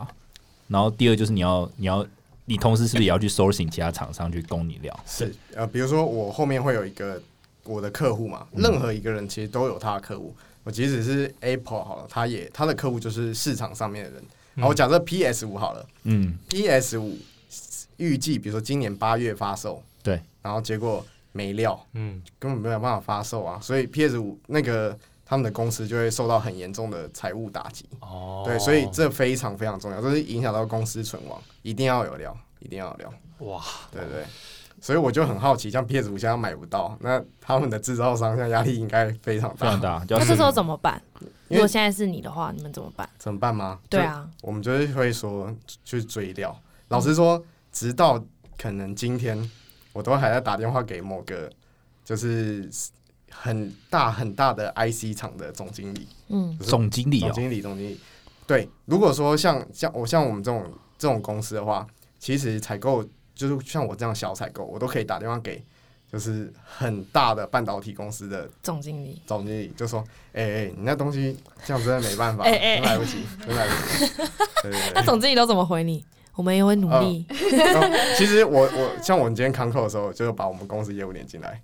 S5: 然后第二就是你要你要你同时是不是也要去 sourcing 其他厂商去供你料？
S4: 是呃，比如说我后面会有一个我的客户嘛，
S5: 嗯
S4: 任何一个人其实都有他的客户。我即使是 Apple 好了，他也他的客户就是市场上面的人。然后我假设 PS 五好了
S5: 嗯，
S4: ，PS 五预计比如说今年八月发售，
S5: 对，
S4: 然后结果没料，
S2: 嗯，
S4: 根本没有办法发售啊，所以 PS 五那个他们的公司就会受到很严重的财务打击。
S2: 哦，
S4: 对，所以这非常非常重要，这是影响到公司存亡，一定要有料，一定要有料。
S2: 哇，
S4: 对对对所以我就很好奇，像 PS 五现在买不到，那他们的制造商现在压力应该非常
S5: 非
S4: 大
S5: 常，大。就
S3: 那
S5: 要
S3: 这时候
S5: 是
S3: 怎么办？
S4: 因为
S3: 如果现在是你的话，你们怎么办？
S4: 怎么办吗？
S3: 对，啊，
S4: 我们就是会说去追料。老实说，直到可能今天，我都还在打电话给某个就是很大很大的 IC 厂的总经理。
S3: 嗯
S5: 总经理
S4: 总
S5: 哦，
S4: 经理，总经理。对，如果说像像我像我们这种这种公司的话，其实采购就是像我这样小采购，我都可以打电话给就是很大的半导体公司的
S3: 总经理，
S4: 总经理，就说：“哎、哎、你那东西这样真的没办 法，
S3: 哎哎
S4: 真来不及，真来不及。”对对
S3: 那
S4: 对。
S3: 总经理都怎么回你？我们也会
S4: 哦
S3: 努力，
S4: 然后其实我我像我们今天康扣的时候，就是把我们公司业务连进来。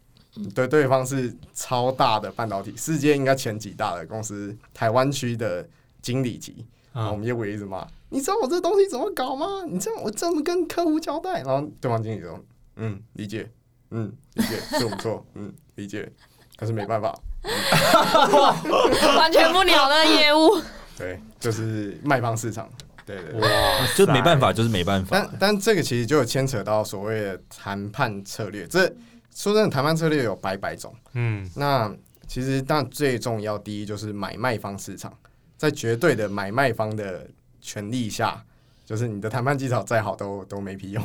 S4: 对，对方是超大的半导体，世界应该前几大的公司，台湾区的经理级。然后我
S2: 嗯
S4: 们业务也一直骂，你知道我这东西怎么搞吗？你知道我这么跟客户交代？然后对方经理说，嗯，理解，嗯，理解，是我们错，嗯，理解，但是没办法，
S3: 完全不聊那业务。
S4: 对，就是卖方市场，对对对。
S2: 哇，
S5: 就没办法，就是没办法
S4: 但。但这个其实就有牵扯到所谓的谈判策略，这说真的，谈判策略有百百种。
S2: 嗯，
S4: 那其实当然最重要，第一就是买卖方市场，在绝对的买卖方的权利下，就是你的谈判技巧再好都都没屁用。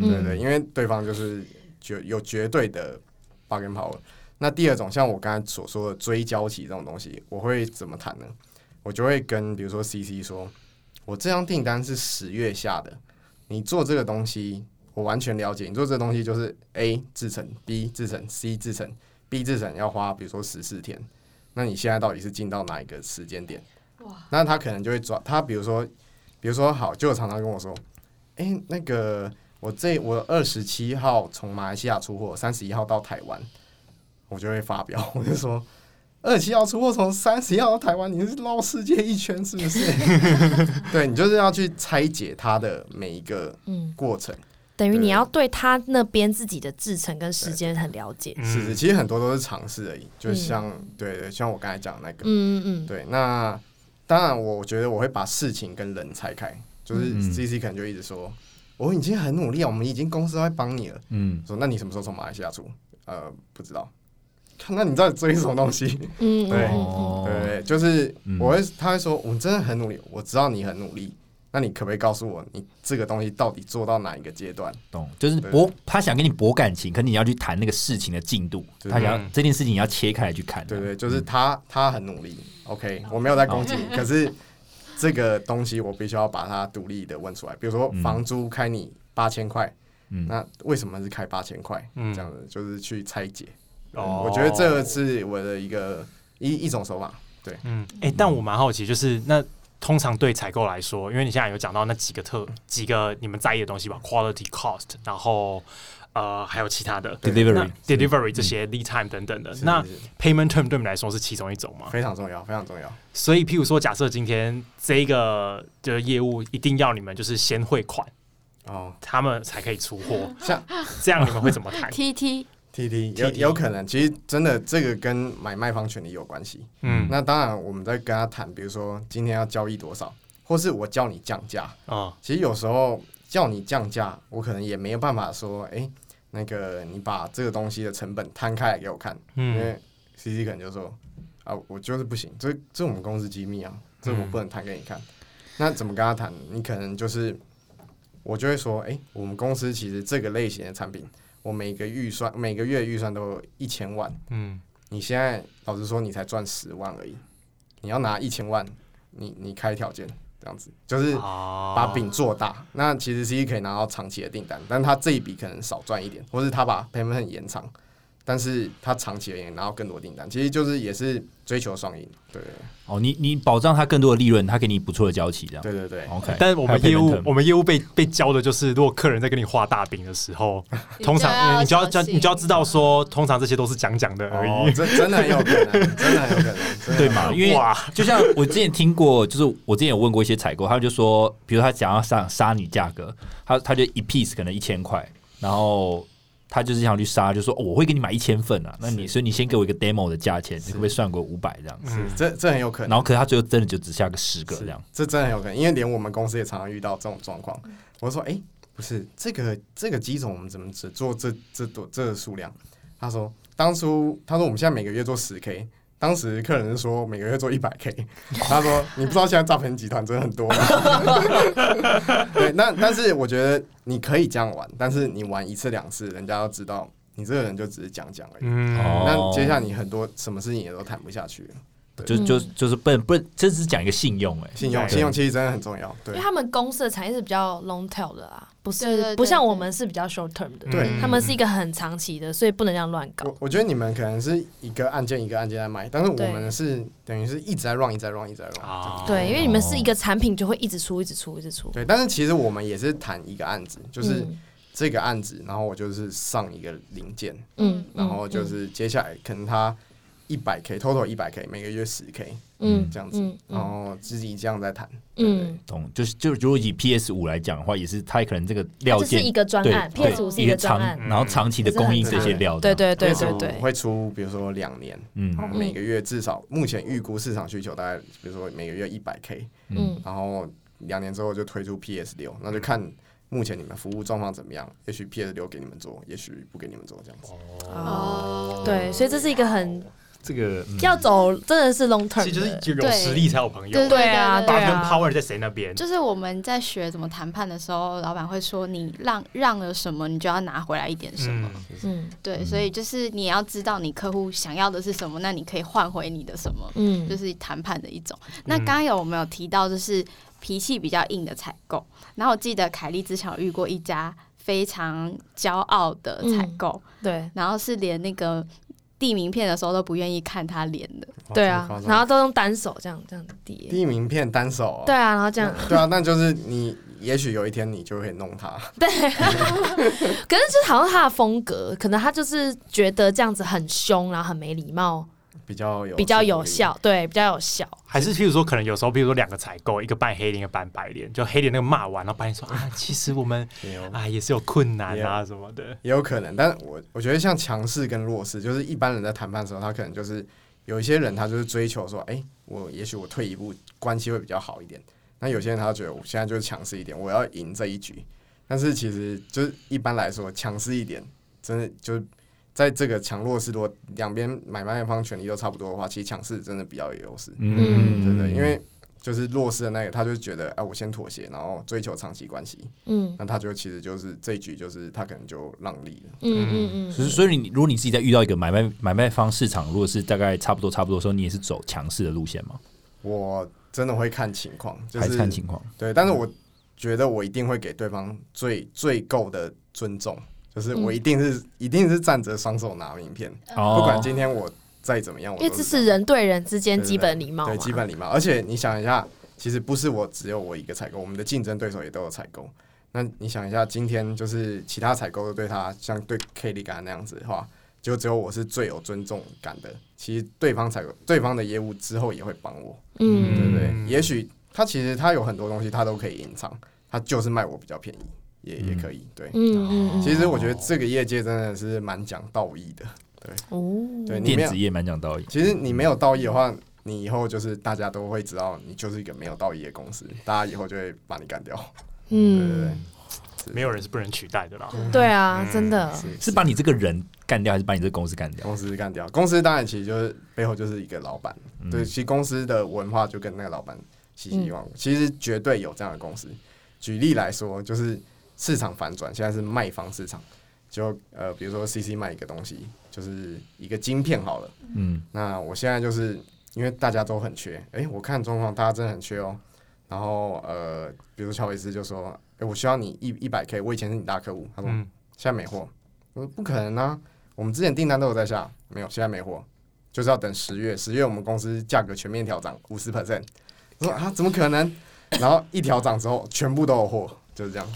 S4: 对对，因为对方就是绝有绝对的 bargain power。那第二种，像我刚才所说的追交期这种东西，我会怎么谈呢？我就会跟比如说 CC 说，我这张订单是十月下的，你做这个东西，我完全了解，你做这个东西就是 A 制成、B 制成、C 制成、B 制成要花比如说十四天，那你现在到底是进到哪一个时间点？那他可能就会抓他，比如说，比如说好，就有常常跟我说，哎、那个我这我二十七号从马来西亚出货，三十一号到台湾，我就会发飙， 我就说二十七号出货，从三十一号到台湾，你是绕世界一圈是不是？对你就是要去拆解它的每一个
S3: 嗯，
S4: 过程，
S3: 等于
S4: 对
S3: 你要对他那边自己的制程跟时间很了
S5: 嗯
S3: 解。
S4: 是是，其实很多都是尝试而已，就像、对对，像我刚才讲的那个，
S3: 嗯嗯嗯，
S4: 对，那当然，我觉得我会把事情跟人拆开，就是
S5: 嗯
S4: C C 可能就一直说，我已经很努力了，我们已经公司都在帮你了。
S5: 嗯，
S4: 说那你什么时候从马来西亚出？呃，不知道。看那你到底追什么东西？
S3: 嗯，嗯
S5: 哦
S4: 对
S3: 嗯
S4: 对，就是
S5: 嗯
S4: 我会，他会说，我真的很努力，我知道你很努力，那你可不可以告诉我，你这个东西到底做到哪一个阶段？
S5: 懂，就是博他想跟你博感情，可你要去谈那个事情的进度，
S4: 对
S5: 他想要
S2: 嗯
S5: 这件事情你要切开来去看，
S4: 对对，就是他他很努力，OK，我没有在攻击 你，可是这个东西我必须要把它独立的问出来。比如说
S5: 嗯
S4: 房租开你八千块，
S5: 嗯
S4: 那为什么是开八千块？
S2: 嗯
S4: 这样子就是去拆解。嗯
S2: 哦
S4: 我觉得这是我的一个一一种手法。
S2: 嗯，哎、但我蛮好奇，就是那通常对采购来说，因为你现在有讲到那几个特几个你们在意的东西吧，quality、cost，然后呃还有其他的
S5: Delivery
S2: 那 delivery 这些 lead time 等等的。
S4: 嗯是
S2: 那
S4: 是是
S2: payment term 对你们来说是其中一种吗？
S4: 非常重要，非常重要。
S2: 所以，譬如说，假设今天这个的业务一定要你们就是先汇款，
S4: 哦，
S2: 他们才可以出货，
S4: 像
S2: 这样你们会怎么 谈？
S1: T T
S4: T T 有
S2: TT
S4: 有可能，其实真的这个跟买卖方权利有关系。
S2: 嗯，
S4: 那当然，我们在跟他谈，比如说今天要交易多少，或是我叫你降价。
S2: 哦，
S4: 其实有时候叫你降价，我可能也没有办法说，哎、那个你把这个东西的成本摊开来给我看，因
S2: 嗯，
S4: 为 C C 可能就说啊，我就是不行，这这我们公司机密啊，这我不能摊给你看。那怎么跟他谈？你可能就是我就会说，哎、我们公司其实这个类型的产品，我每个预算每个月预算都一千万，
S2: 嗯，
S4: 你现在老实说，你才赚十万而已，你要拿一千万，你你开条件这样子，就是
S2: 哦
S4: 把饼做大。那其实 C 可以拿到长期的订单，但他这一笔可能少赚一点，或是他把 payment 延长，但是他长期的也拿到更多订单，其实就是也是追求双赢。对
S5: 哦，你你保障他更多的利润，他给你不错的交期，这样
S4: 对对对，
S5: OK。
S2: 但是我们业务，我
S5: 我
S2: 们业务被被教的就是，如果客人在跟你画大饼的时候，通常嗯你就要教，你就要知道说，通常这些都是讲讲的而
S4: 哦
S2: 已，，
S4: 这真的很有可能，真的很有可能，真的
S5: 对嘛？因为
S2: 哇
S5: 就像我之前听过，就是我之前有问过一些采购，他们就说，比如他想要杀杀你价格，他他就一 piece 可能一千块，然后他就是想去杀，就说、哦我会给你买一千份啊，
S4: 嗯
S5: 那你所以你先给我一个 demo 的价钱，你可不可以算给我五百这样子？
S4: 是嗯这这很有可能。
S5: 然后可是他最后真的就只下个十个这样，
S4: 这真的很有可能，因为连我们公司也常常遇到这种状况。我说，哎、不是这个这个机种，我们怎么只做这这多这个数量？他说，当初他说我们现在每个月做十 K，当时客人是说每个月做一百 K，他说你不知道现在诈骗集团真的很多吗 对，那但是我觉得你可以这样玩，但是你玩一次两次，人家要知道你这个人就只是讲讲而已。
S2: 嗯，
S5: 哦
S4: 那接下来你很多什么事情也都谈不下去了，
S5: 就就
S3: 嗯
S5: 就是不能不能，这只是讲一个信用哎、
S4: 信用
S2: 对
S4: 信用其实真的很重要。
S3: 因
S4: 对
S3: 为，他们公司的产业是比较 long tail 的啦，不是
S1: 对对对
S3: 不像我们是比较 short term 的，
S4: 对嗯
S3: 他们
S2: 嗯
S3: 是一个很长期的，所以不能这样乱搞
S4: 我。我觉得你们可能是一个案件一个案件在卖，但是我
S3: 对
S4: 们是等于是一直在 run，一直在 run，一直在 run。
S2: 啊，
S3: 对，因为你们是一个产品，就会一直出，一直出，一直出。
S4: 对，但是其实我们也是谈一个案子，就是
S3: 嗯
S4: 这个案子，然后我就是上一个零件，
S3: 嗯，
S4: 然后就是接下来可能他一百 K total 一百 K，每个月十 K
S3: 嗯
S4: 这样子，
S3: 嗯
S4: 然后自己这样在谈。
S3: 嗯，
S5: 懂，就是就如果以 PS 五来讲的话，也是它可能这个
S3: 嗯
S5: 料
S3: 这是
S5: 件
S3: 一个专案
S5: 对
S3: ，PS 五是
S5: 对一
S3: 一个
S5: 长
S3: 专案，
S5: 然后长期的供应这些料，
S3: 对
S5: 这样，
S3: 对对
S4: 因为
S3: 对
S4: 我
S3: 对，
S4: 会出比如说两年，
S5: 嗯
S4: 然后每个月至少目前预估市场需求大概，比如说每个月一百 K，
S3: 嗯
S4: 然后两年之后就推出 PS 六，那就看目前你们服务状况怎么样。也许 PS 六给你们做，也许不给你们做，这样子。
S1: 哦，
S3: 嗯对，所以这是一个很
S5: 这个嗯
S3: 要走，真的是 long
S2: 其
S3: term
S2: 实就是
S3: 的。
S2: 有有
S1: 对
S2: 实力才有朋友，
S1: 对
S3: 对啊，对
S2: b u t t
S3: 啊，
S2: power 在谁那边？
S1: 就是我们在学怎么谈判的时候，老板会说你让让了什么，你就要拿回来一点什么。
S2: 嗯，
S3: 嗯
S1: 对，所以就是你也要知道你客户想要的是什么，那你可以换回你的什么，
S3: 嗯，
S1: 就是谈判的一种。那
S4: 嗯
S1: 刚刚有没有提到就是脾气比较硬的采购？然后我记得凯莉之前有遇过一家非常骄傲的采购，
S3: 对
S1: 然后是连那个递名片的时候都不愿意看他脸的。
S3: 对
S4: 哦哇这么夸
S3: 啊，
S4: 张
S3: 然后都用单手这样这样叠，
S4: 第一名片单手、哦，
S3: 对啊，然后这样，
S4: 对啊，那就是你，也许有一天你就会弄他。
S3: 可是就是好像他的风格，可能他就是觉得这样子很凶，然后很没礼貌，
S4: 比较有
S3: 比较有
S4: 说
S3: 效，对，比较有效。
S2: 还是譬如说，可能有时候，譬如说两个采购，一个扮黑脸，一个扮白脸，就黑脸那个骂完，然后白脸说啊，其实我们
S4: 服力，也有
S2: 啊也是有困难啊什么的，
S4: 也有可能。但我我觉得像强势跟弱势，就是一般人在谈判的时候，他可能就是哎有一些人他就是追求说，哎、我也许我退一步，关系会比较好一点。那有些人他觉得我现在就是强势一点，我要赢这一局。但是其实就是一般来说，强势一点，真的就是在这个强弱势，如果两边买卖方权利都差不多的话，其实强势真的比较有优势，
S5: 嗯，
S4: 对不对？因为就是弱势的那个，他就觉得哎、我先妥协，然后追求长期关系，
S3: 嗯
S4: 那他就其实就是这一局就是他可能就让利了。
S3: 嗯嗯嗯，
S5: 所以所以你如果你自己在遇到一个买卖买卖方市场，如果是大概差不多差不多的时候，你也是走强势的路线吗？
S4: 我真的会看情况，就
S5: 还是看
S4: 是
S5: 情况？
S3: 呃
S4: 对，但是我觉得我一定会给对方最最够的尊重，就是
S3: 嗯
S4: 我一定是、一定是站着双手拿名片，
S5: 哦
S4: 不管今天我再怎么样，我
S3: 因为
S4: 都
S3: 这
S4: 这
S3: 是
S4: 样
S3: 人对人之间
S4: 对对
S3: 基本礼貌嘛，
S4: 对基本礼貌。而且你想一下，其实不是我只有我一个采购，我们的竞争对手也都有采购。那你想一下，今天就是其他采购对他像对 k e l l 那样子的话，就只有我是最有尊重感的。其实对方采购对方的业务之后也会帮我，
S3: 嗯
S4: 对不对？
S2: 嗯
S4: 也许他其实他有很多东西他都可以隐藏，他就是卖我比较便宜，也也可以。对，
S3: 嗯嗯
S4: 其实我觉得这个业界真的是蛮讲道义的。
S3: 嗯，哦，
S4: 对，你没
S5: 电
S4: 有
S5: 子业蛮讲道义，
S4: 其实你没有道义的话，你以后就是大家都会知道你就是一个没有道义的公司，大家以后就会把你干掉。对对
S3: 嗯
S4: 对，，
S2: 没有人是不能取代的啦。
S3: 对啊，真的，
S5: 是把你这个人干掉，还是把你这个公司干掉？
S4: 公司干掉，公司当然其实就是背后就是一个老板。对，其实公司的文化就跟那个老板息息相关。其实绝对有这样的公司。举例来说，就是市场反转，现在是卖方市场。就呃，比如说 CC 卖一个东西，就是一个晶片好了。
S5: 嗯，
S4: 那我现在就是因为大家都很缺，诶，我看状况大家真的很缺哦。然后呃，比如乔维斯就说，诶，我需要你一一百 K，我以前是你大客户，他说、
S2: 嗯
S4: 现在没货，我说不可能啊，我们之前订单都有在下，没有，现在没货，就是要等十月，十月我们公司价格全面调涨五十 percent，我说啊，怎么可能？然后一调涨之后，全部都有货，就是这样。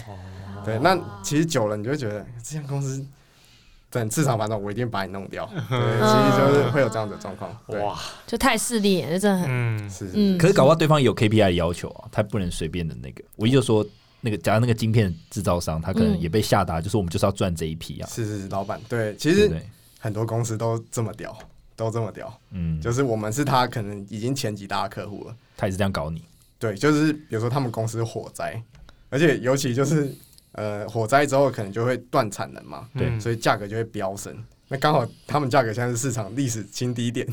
S4: 对，那其实久了你就会觉得这家公司等市场反转，我一定把你弄掉。对，其实就是会有这样的状况。对，
S2: 哇，
S3: 就太势利眼，就真的很，
S2: 嗯，
S4: 是是
S3: 嗯，
S5: 可是搞不好对方也有 KPI 的要求啊，他不能随便的那个。我依旧说，那个假如那个晶片制造商，他可能
S3: 嗯
S5: 也被下达，就是我们就是要赚这一批啊，
S4: 是是是，老板，对，其
S5: 对不
S4: 实
S5: 对？
S4: 很多公司都这么屌，都这么屌，
S5: 嗯，
S4: 就是我们是他可能已经前几大的客户了。
S5: 他也是这样搞你，
S4: 对，就是比如说他们公司火灾，而且尤其就是呃火灾之后可能就会断产能嘛，
S5: 对
S2: 嗯
S4: 所以价格就会飙升。那刚好他们价格现在是市场历史新低点，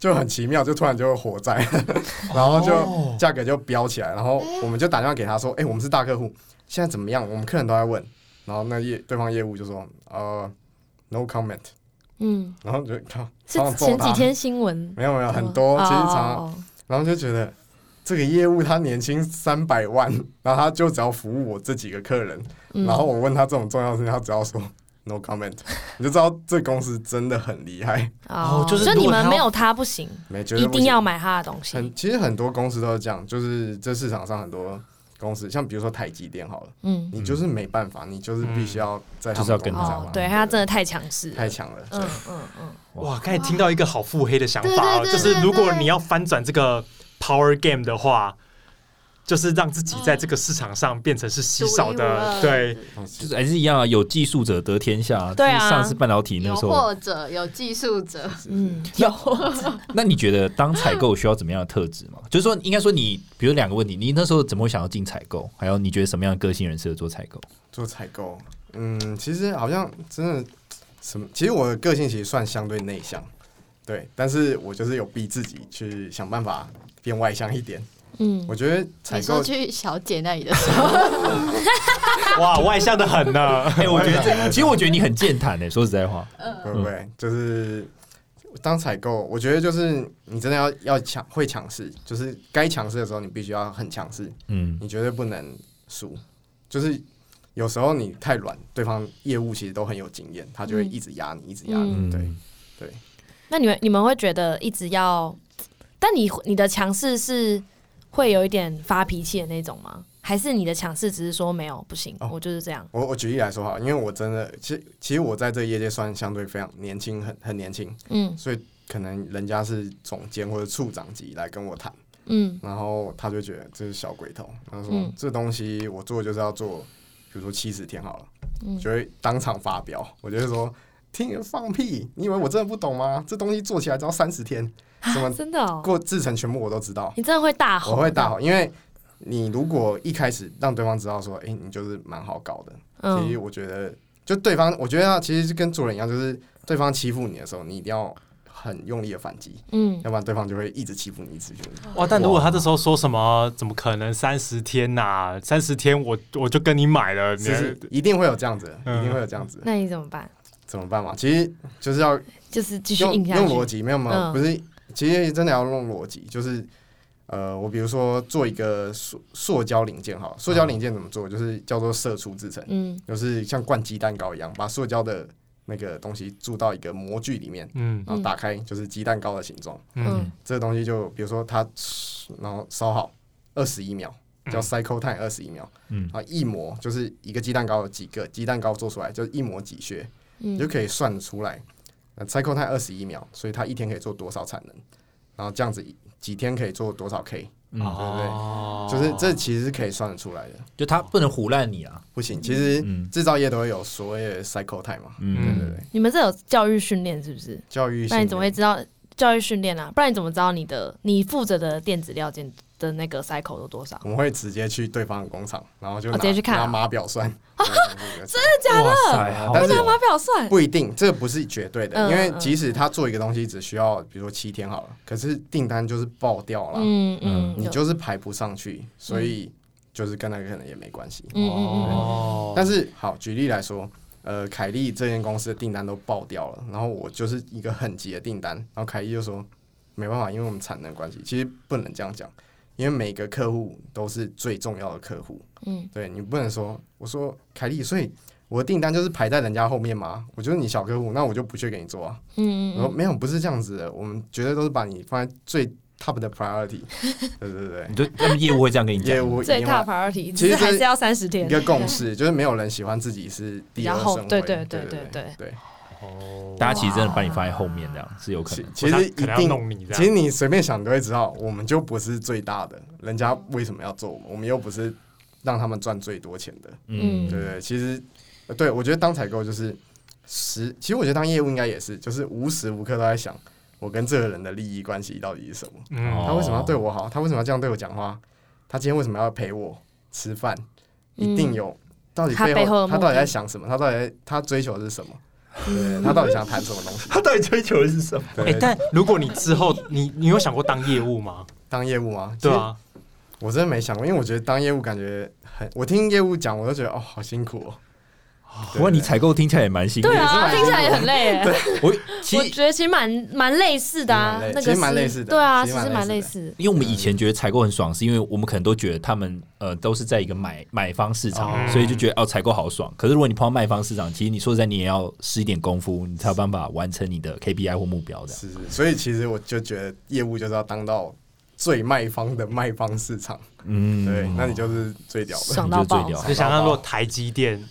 S4: 就很奇妙，就突然就会火灾， 然后就价格就飙起来，然后我们就打电话给他说：“哎、我们是大客户，现在怎么样？我们客人都在问。”然后那业对方业务就说：“呃，no comment。
S3: 嗯，”
S4: 然后就 靠，
S3: 是
S4: 常常揍
S3: 前几
S4: 他
S3: 天新闻，
S4: 没有没有很多，
S3: 哦
S4: 其实常常
S3: 哦哦
S4: 然后就觉得这个业务他年薪三百万， 然后他就只要服务我这几个客人，
S3: 嗯
S4: 然后我问他这种重要的事情，他只要说 no comment，你就知道这公司真的很厉害，
S3: 哦
S2: 哦就是
S3: 就
S2: 如
S3: 你
S2: 果
S3: 们
S2: 他
S3: 没
S2: 要
S3: 有他不行，
S4: 没觉得
S3: 一定要买他的东西
S4: 很，其实很多公司都是这样，就是这市场上很多公司，像比如说台积电好了，
S3: 嗯，
S4: 你就是没办法，你就是必须要在他
S5: 就是要
S4: 们
S5: 跟
S4: 公
S5: 着
S4: 司上
S3: 哦
S4: 班，
S3: 对他真的太强势了，
S4: 太强了，
S3: 嗯嗯 嗯，
S2: 哇，刚才听到一个好腹黑的想法哦，
S1: 对对对
S2: 就是如果
S1: 对
S2: 你要翻转这个 power game 的话，就是让自己在这个市场上变成是稀少的，
S1: 独一无二
S2: 对，
S5: 就是还是一样啊，有技术者得天下啊。
S3: 对啊
S5: 就是上次半导体那
S1: 有
S5: 个时候，
S1: 或者有技术者，
S3: 嗯，有，
S5: 那你觉得当采购需要怎么样的特质吗？ 就是说，应该说你，比如两个问题，你那时候怎么会想要进采购？还有你觉得什么样的个性人适合做采购？
S4: 做采购，嗯，其实好像真的什么，其实我的个性其实算相对内向，对，但是我就是有逼自己去想办法变外向一点。
S3: 嗯，
S4: 我觉得采
S1: 你
S4: 购
S1: 说去小姐那里的时候，
S2: 哇，外向的很呢。
S5: 哎、我觉得这，其实我觉得你很健谈诶、说实在话，
S4: 会不会就是当采购？我觉得就是你真的要要强，会强势，就是该强势的时候你必须要很强势，
S5: 嗯，
S4: 你绝对不能输。就是有时候你太软，对方业务其实都很有经验，他就会一直压你，一直压你。
S5: 嗯
S4: 对，
S3: 那你们你们会觉得一直要，但你你的强势是会有一点发脾气的那种吗？还是你的强势只是说没有不行，
S4: 哦
S3: 我就是这样？
S4: 我我举例来说哈，因为我真的，其实其实我在这个业界算相对非常年轻，很很年轻，
S3: 嗯
S4: 所以可能人家是总监或者处长级来跟我谈，
S3: 嗯
S4: 然后他就觉得这是小鬼头，他说、
S3: 嗯
S4: 这东西我做就是要做，比如说七十天好了，
S3: 嗯
S4: 就会当场发飙，我就会说听放屁，你以为我真的不懂吗？这东西做起来只要三十天，什么
S3: 真的哦，
S4: 过制成全部我都知道，
S3: 你真的会大吼，
S4: 我会大，吼，因为你如果一开始让对方知道说，哎、你就是蛮好搞的。其实
S3: 嗯
S4: 我觉得，就对方，我觉得他其实是跟做人一样，就是对方欺负你的时候，你一定要很用力的反击，
S3: 嗯，
S4: 要不然对方就会一直欺负你，一直欺负你。
S2: 哇！但如果他这时候说什么，怎么可能三十天呐、三十天我我就跟你买了，你
S4: 是是，一定会有这样子的，
S2: 嗯
S4: 一定会有这样子的，
S3: 那你怎么办？
S4: 怎么办嘛？其实就是要
S3: 就是继续
S4: 用
S3: 硬下去。
S4: 用逻辑，没有没有，
S3: 嗯
S4: 不是，其实真的要用逻辑，就是呃，我比如说做一个塑塑胶零件哈，
S2: 嗯
S4: 塑胶零件怎么做，就是叫做射出制成，
S3: 嗯
S4: 就是像灌鸡蛋糕一样，把塑胶的那个东西注到一个模具里面，
S2: 嗯
S4: 然后打开就是鸡蛋糕的形状。
S3: 嗯
S2: 嗯，
S4: 这个东西就比如说它吃，然后烧好二十一秒，叫 cycle time 二十一秒，
S5: 嗯
S4: 然后一模就是一个鸡蛋糕有几个鸡蛋糕做出来，就是一模几屑，你就
S3: 嗯，
S4: 可以算得出来。那 cycle time 二十一秒，所以它一天可以做多少产能，然后这样子几天可以做多少 K，、
S5: 嗯
S2: 哦
S4: 就是这其实是可以算得出来的。
S5: 就他不能唬烂你啊，
S4: 不行，其实
S5: 嗯
S4: 制造业都会有所谓的 cycle time 嘛，对对
S5: 嗯，
S4: 对，
S3: 你们这有教育训练是不是？
S4: 教育性
S3: 那你怎么会
S4: 的
S3: 知道教育训练啊？不然你怎么知道你的你负责的电子料件的那个 cycle 有多少？
S4: 我们会直接去对方的工厂，然后就
S3: 哦
S4: 拿、
S3: 直接去看啊
S4: 拿码 表算，真
S5: 假的，
S4: 但
S5: 但
S4: 是
S5: 是
S3: 发表算
S4: 不一定，这个不是绝对的，
S3: 嗯
S4: 因为
S3: 嗯
S4: 即使他做一个东西只需要，比如说七天好了，可是订单就是爆掉了，
S3: 嗯嗯，
S4: 你
S3: 有
S4: 就是排不上去，所以就是跟那个可能也没关系。
S3: 嗯嗯
S2: 哦，
S4: 但是好，举例来说，呃，凯利这间公司的订单都爆掉了，然后我就是一个很急的订单，然后凯利就说没办法，因为我们产能关系，其实不能这样讲，因为每个客户都是最重要的客户，
S3: 嗯，
S4: 对你不能说我说凯利，所以我的订单就是排在人家后面嘛，我就是你小客户，那我就不去给你做啊，
S3: 嗯嗯
S4: 我说
S3: 嗯，
S4: 没有，不是这样子的，我们绝对都是把你放在最 top 的 priority，对对对
S5: 你，就他们业务会这样跟你讲，
S4: 业务
S3: 最
S4: 一定
S3: 大
S4: 会
S3: priority
S4: 其
S3: 只
S4: 实
S3: 是
S4: 就是
S3: 还是要三十天
S4: 一。个共识，就是没有人喜欢自己是第二
S3: 然后
S4: 顺位，
S3: 对
S4: 对
S3: 对对
S4: 对
S3: 对
S4: 对对。
S5: 大家其实真的把你放在后面，这样是有可
S4: 其
S5: 能。
S4: 其实
S2: 可
S4: 一
S2: 能要
S4: 定，
S2: 弄你这
S4: 其实
S2: 样，
S4: 你随便想都会知道，我们就不是最大的，人家为什么要做我们？我们又不是让他们赚最多钱的，
S5: 嗯
S4: 对，对？其实，呃对我觉得当采购就是时，其实我觉得当业务应该也是，就是无时无刻都在想，我跟这个人的利益关系到底是什么。
S2: 嗯
S4: 他为
S5: 哦
S4: 什么要对我好？他为什么要这样对我讲话？他今天为什么要陪我吃饭？一定有，到底
S3: 嗯他
S4: 背
S3: 背后
S4: 后
S3: 的
S4: 他
S3: 目
S4: 到底在
S3: 的嗯
S4: 想什么？他到底在他追求的是什 么？对，他到底想谈什么东西？
S5: 他到底追求的是什么？
S2: 哎
S4: 对，，
S2: 但如果你之后你你有想过当业务吗？
S4: 当业务吗？
S2: 对，啊，
S4: 我真的没想过，因为我觉得当业务感觉很，我听业务讲，我都觉得哦，好辛苦哦。
S5: 不过你采购听起来也蛮辛苦
S3: 对
S5: 的。
S3: 啊，
S4: 也
S3: 听
S4: 是蛮辛苦的
S3: 起来也很累耶。
S5: 我其
S3: 我
S5: 实
S3: 觉得其实蛮蛮类似的啊
S4: 其实蛮类，
S3: 那
S4: 其
S3: 个
S4: 实蛮
S3: 是
S4: 类似的
S3: 对啊，
S4: 其
S3: 其
S4: 实蛮
S3: 实蛮
S4: 类
S3: 类
S4: 似
S3: 似。
S5: 因为我们以前觉得采购很爽，是因为我们可能都觉得他们呃都是在一个买买方市场，
S2: 哦
S5: 所以就觉得哦采购好爽。可是如果你碰到卖方市场，其实你说实在你也要施一点功夫，你才有办法完成你的 KPI 或目标的。
S4: 是是，所以其实我就觉得业务就是要当到最卖方的卖方市场，
S5: 嗯，
S4: 对，那你就是最屌的，
S3: 爽
S5: 你
S3: 到
S5: 就最
S3: 爆
S4: 啊
S5: 屌，
S2: 你想象如果台积电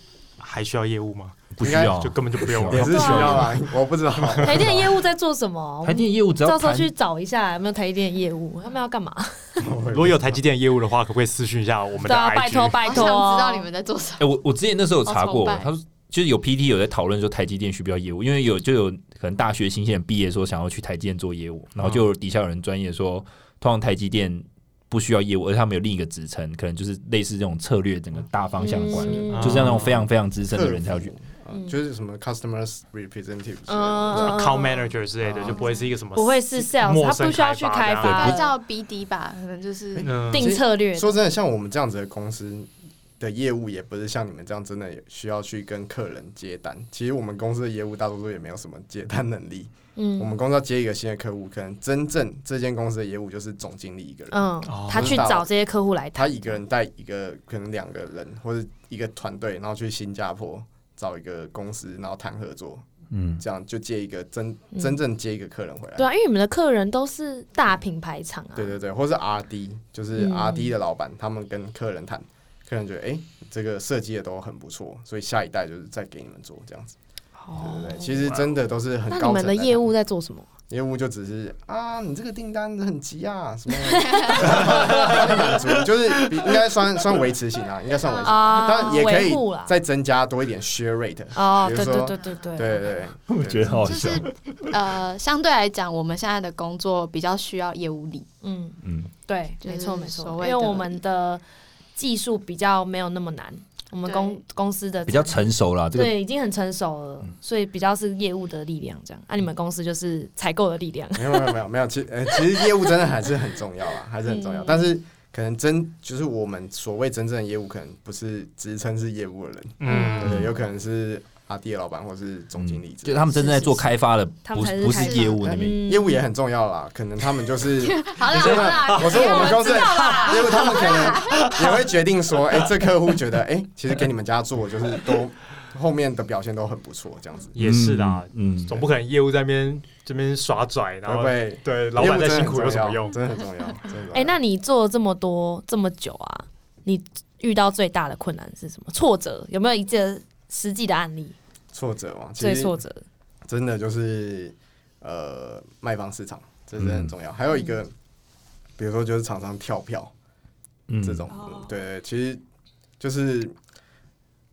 S2: 还需要业务吗？
S5: 不需要
S2: 就根本就不用
S4: 也
S2: 了。
S3: 啊
S4: 是需要啦。我不知道，
S3: 台电业务在做什 么？
S5: 台电业务只要
S3: 到时候
S5: 谈
S3: 去找一下有没有台电业务，他们要干嘛？
S2: 如果有台积电业务的话，可不可以私讯一下我们
S3: 对
S2: 的
S3: 啊，拜托
S2: IG？
S3: 拜
S1: 好想
S3: 托，
S1: 知道你们在做什么。
S5: 哎、我我之前那时
S3: 哦
S5: 候有查过
S1: 好崇，拜
S5: 他说就是有 PT 有在讨论说台积电需不需要业务，因为有就有可能大学新鲜人毕业说想要去台积电做业务，然后就有底下有人专业说，通常台积电不需要业务，而他们有另一个职称，可能就是类似这种策略整个大方向管理，
S3: 嗯
S4: 啊
S2: 嗯
S5: 就是那种非常非常资深的人才
S4: 客
S5: 要
S4: 服
S5: 去。
S4: 啊就是什么 customers representative 之
S3: 嗯
S4: 类的。
S3: 嗯
S2: account manager 之类的，就不会是一个什么
S3: 不会是 sales，
S2: 陌
S3: 他
S2: 生
S3: 不需要去开
S2: 开
S1: 应
S2: 发
S3: 发
S1: 该叫 BD 吧，可能就是
S2: 嗯
S3: 定策略。
S4: 说真的，像我们这样子的公司的业务，也不是像你们这样真的需要去跟客人接单。其实我们公司的业务大多数也没有什么接单能力。我
S3: 嗯
S4: 们公司要接一个新的客户，可能真正这间公司的业务就是总经理一个人，
S3: 嗯
S2: 哦，
S3: 他去找这些客户来
S4: 他
S3: 谈。
S4: 一个人带一个可能两个人或者一个团队，然后去新加坡找一个公司，然后谈合作，
S5: 嗯，
S4: 这样就接一个真
S3: 嗯
S4: 真正接一个客人回来。
S3: 对啊，因为你们的客人都是大品牌厂啊。
S4: 对对对，或是 R D，就是
S3: 嗯
S4: R D 的老板，他们跟客人谈，客人觉得哎、诶这个设计的都很不错，所以下一代就是再给你们做这样子，对
S3: 哦
S4: 对对。其实真的都是很
S3: 那你
S4: 高
S3: 们
S4: 层
S3: 的业
S4: 务
S3: 务在做什么？
S4: 业务就只是啊，你这个订单很急啊，什么 满足，就是比应该算算维持型啊，应该算维持，
S3: 啊
S4: 当然也可以
S3: 维护啦
S4: 再增加多一点 share rate。
S3: 哦，
S4: 比如
S3: 对
S4: 说
S3: 对对对对
S4: 对对对，
S5: 我觉得好
S1: 就
S5: 笑
S1: 是。呃，相对来讲，我们现在的工作比较需要业务力，
S3: 嗯，
S5: 嗯，
S3: 对，
S1: 就是
S3: 没错没
S1: 所
S3: 错，
S1: 谓
S3: 因为
S1: 的
S3: 我们的技术比较没有那么难，我们
S1: 对
S3: 公公司的
S5: 比较成熟啦。这个嗯
S3: 对已经很成熟了，所以比较是业务的力量这样。啊，你们公司就是采购的力 量，
S4: 没有没有没有没有，其呃其实业务真的还是很重 要啦，还是很重要。
S3: 嗯
S4: 但是可能真就是我们所谓真正的业务，可能不是职称是业务的人，
S2: 嗯，
S4: 对，有可能是阿弟的老板或是总经理之
S5: 就
S4: 类的。
S5: 他们真正在做
S3: 是是
S5: 开发的，
S3: 他
S5: 不
S3: 们才
S5: 是
S3: 是
S5: 不是
S3: 开发
S5: 业务那边。
S3: 嗯，
S4: 业务也很重要啦，可能他 们就是
S1: 好啦
S4: 你真的
S1: 好啦，
S4: 我说我们公司
S1: 知道
S3: 啊
S1: 啦，
S4: 因为他们可能也会决定说，哎、这客户觉得，哎、其实给你们家做就是都后面的表现都很不错，这样子
S2: 也是啦，
S5: 嗯，嗯
S2: 总不可能业务在那边这边耍拽，然
S4: 会
S2: 后
S4: 不会？
S2: 对老板再辛苦有什么用？
S4: 真的很重要，真的很重要。
S3: 哎、那你做了这么多这么久啊，你遇到最大的困难是什么？挫折有没有一个实际的案例？
S4: 挫折嘛，其
S3: 最
S4: 实
S3: 挫折
S4: 真的就是呃卖方市场，这真的很重要。还有一个，比如说就是厂商跳票，
S5: 嗯
S4: 这种，嗯对对，其实就是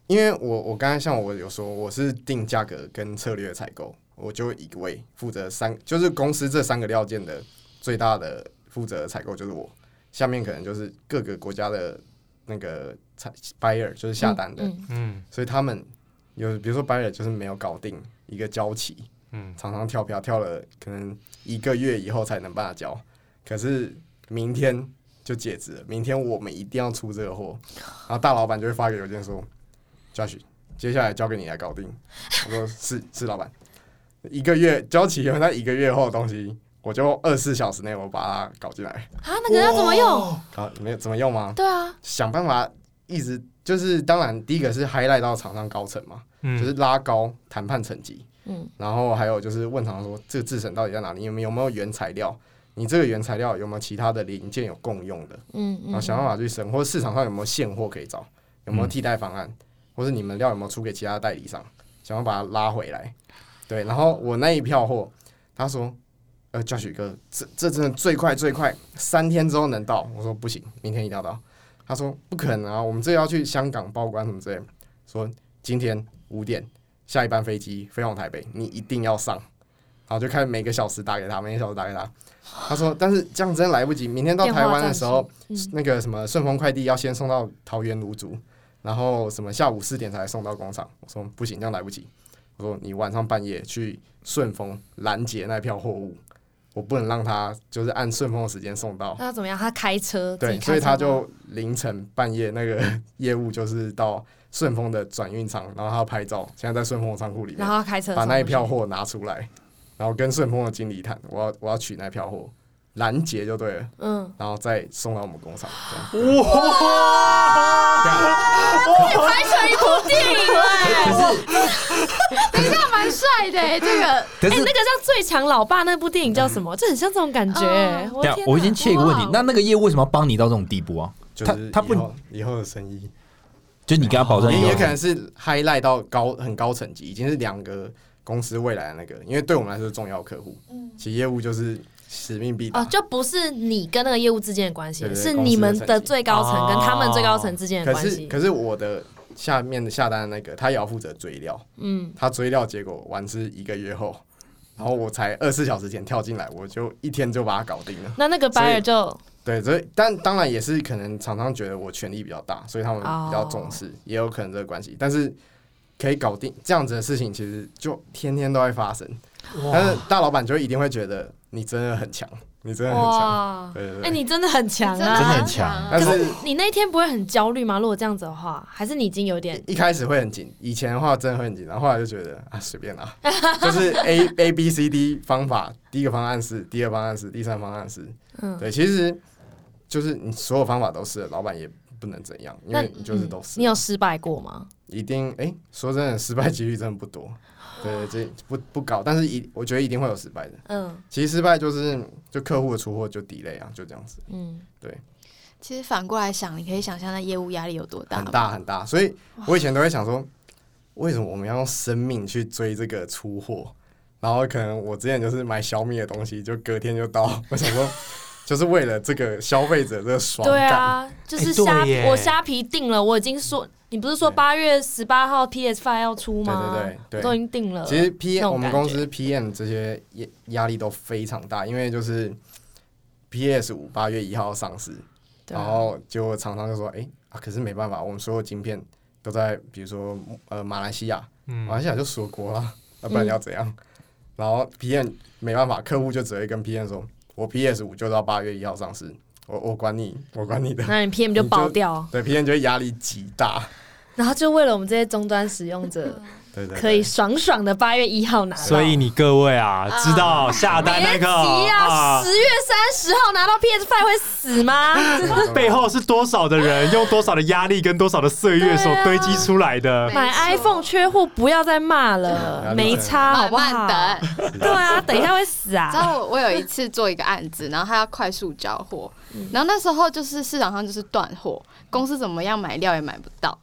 S4: 因为我我刚才像我有说，我是定价格跟策略采购，我就一位负责三，就是公司这三个料件的最大的负责采购就是我，下面可能就是各个国家的那个采 buyer 就是下单的，
S3: 嗯
S2: 嗯
S4: 所以他们有比如说 buyer 就是没有搞定一个交期，
S2: 嗯，
S4: 常常跳票跳了可能一个月以后才能把它交，可是明天就截止了，明天我们一定要出这个货，然后大老板就会发个邮件说，Josh，接下来交给你来搞定。我说 是是老板，一个月交期以后，那一个月后的东西，我就二十四小时内我把它搞进来，
S3: 啊，那个要怎么用？
S4: 啊，没有怎么用吗？
S3: 对啊，
S4: 想办法一直就是，当然第一个是 highlight 到厂商高层嘛，
S2: 嗯
S4: 就是拉高谈判成绩。
S3: 嗯，
S4: 然后还有就是问厂商说，这个制成到底在哪里？你们有没有原材料？你这个原材料有没有其他的零件有共用的？
S3: 嗯
S4: 然后
S3: 嗯，
S4: 想办法去省，或者市场上有没有现货可以找，有没有替代方案，或者你们料有没有出给其他代理商，想要把它拉回来。对，然后我那一票货，他说，呃，教许哥，这这真的最快最快，三天之后能到。我说不行，明天一定要到。他说不可能啊，我们这要去香港报关什么之类的。说今天五点下一班飞机飞往台北，你一定要上。然后就开始每个小时打给他，每个小时打给他。他说，但是这样真来不及，明天到
S3: 电话
S4: 台湾的
S3: 暂
S4: 时候
S3: 时，嗯
S4: 那个什么顺丰快递要先送到桃园芦竹，然后什么下午四点才送到工厂。我说不行，这样来不及。我说你晚上半夜去顺丰拦截那票货物，我不能让他就是按顺丰的时间送到。
S3: 那要怎么样？他开车，自己
S4: 对，
S3: 开
S4: 所以
S3: 车
S4: 他
S3: 吗
S4: 就凌晨半夜那个 业务就是到顺丰的转运仓，然后他要拍照，现在在顺丰的仓库里面
S3: 然，后他开车
S4: 把那一
S3: 送回去
S4: 票货拿出来，然后跟顺丰的经理谈，我要我要取那票货，拦截就对了，
S3: 嗯，
S4: 然后再送到我们工厂。这样
S1: 拍成一部电影哎，等一下蛮帅的哎，这 个
S5: 可
S3: 哎、
S5: 嗯是
S3: 那个像《最强老爸》那部电影叫什么？这很像这种感觉、哎
S1: 哦
S3: 我
S5: 等
S3: 的天，
S5: 一下
S3: 哪哦
S5: 我已经切一个问题
S1: 哇，
S5: 那那个业务为什么要帮你到这种地步啊？
S4: 就
S5: 他
S4: 是
S5: 他不
S4: 以后以后的生意，
S5: 就你跟他
S1: 哦
S5: 保证
S4: 也
S5: 有
S4: 也可能是 highlight 到高很高层级，已经是两个公司未来的那个，因为对我们来说是重要客户，其实业务就是使命必达
S3: 嗯哦，，就不是你跟那个业务之间的关系，
S4: 对对
S3: 是你们的最高层跟他们最高层之间的
S4: 哦可
S3: 关
S4: 是
S3: 系。
S4: 可是我的下面的下单的那个，他也要负责追料，
S3: 嗯，
S4: 他追料结果完是一个月后，然后我才二十四小时前跳进来，我就一天就把它搞定了。
S3: 那那个 buyer 就
S4: 对，所以但当然也是可能厂商觉得我权力比较大，所以他们
S3: 哦
S4: 比较重视，也有可能这个关系，但是。可以搞定这样子的事情，其实就天天都在发生。但是大老板就一定会觉得你真的很强，你真的很强。
S3: 哇，
S4: 对对
S3: 哎、
S4: 对。
S3: 你真的很强
S1: 真的
S5: 真的
S3: 啊！
S5: 很强
S4: 但
S3: 可
S4: 是
S3: 是你那一天不会很焦虑吗？如果这样子的话，还是你已经有点
S4: 一开始会很紧，以前的话真的会很紧，然后后来就觉得啊随便啦， 就是 A A B C D 方法，第一个方案是，第二方案是，第三方案是，
S3: 嗯，
S4: 对，其实就是你所有方法都是，老板也不能怎样，因为你就是都
S3: 嗯
S4: 是，
S3: 你有失败过吗？
S4: 一定哎、说真的，失败几率真的不多，对，这不不高，但是一我觉得一定会有失败的，
S3: 嗯
S4: 其实失败就是就客户的出货就 delay 啊，就这样子。
S3: 嗯，
S1: 其实反过来想，你可以想象那业务压力有多大
S4: 很
S1: 吗？
S4: 大很大，所以我以前都会想说，为什么我们要用生命去追这个出货？然后可能我之前就是买小米的东西，就隔天就到。 我想说，就是为了这个消费者这个爽
S3: 对
S4: 感，
S3: 啊，就是
S2: 哎对
S3: 虾、
S2: 耶
S3: 我虾皮定了，我已经说你不是说
S4: 对
S3: 八月十八号 PS Five 要出吗？
S4: 对对对对
S3: 我都已经定了。
S4: 其实 P
S3: 呃那种
S4: 我们
S3: 感
S4: 公司 PM 这些压压力都非常大，因为就是 PS 五八月一号上市，
S3: 对啊
S4: 然后结果厂商就说，哎、啊，可是没办法，我们所有晶片。都在比如说呃马来西亚，
S2: 嗯
S4: 马来西亚就锁国啦，那不
S3: 嗯
S4: 然要怎样？然后 PN 没办法，客户就只会跟 PN 说，我 PS 五就到八月一号上市，我我管你，我管你的。
S3: 那你 PM 就爆掉，
S4: 对 PN 就会压力极大，
S3: 然后就为了我们这些终端使用者，
S4: 对对对
S3: 可以爽爽的八月一号拿到。
S2: 所以你各位啊，知道下单那
S3: 别急
S2: 个
S3: 啊！十月三十号拿到 PS Five 会死吗？啊
S2: 背后是多少的人用多少的压力跟多少的岁月所
S3: 对啊
S2: 堆积出来的
S1: 没。
S3: 买
S1: 错
S3: iPhone 缺货，不要再骂了，
S4: 嗯
S3: 没差好
S1: 慢
S3: 不好
S1: 慢？等。
S3: 对啊，等一下会死
S1: 你知
S3: 啊！
S1: 道我我有一次做一个案子，然后他要快速交货，
S5: 嗯
S1: 然后那时候就是市场上就是断货，公司怎么样买料也买不到。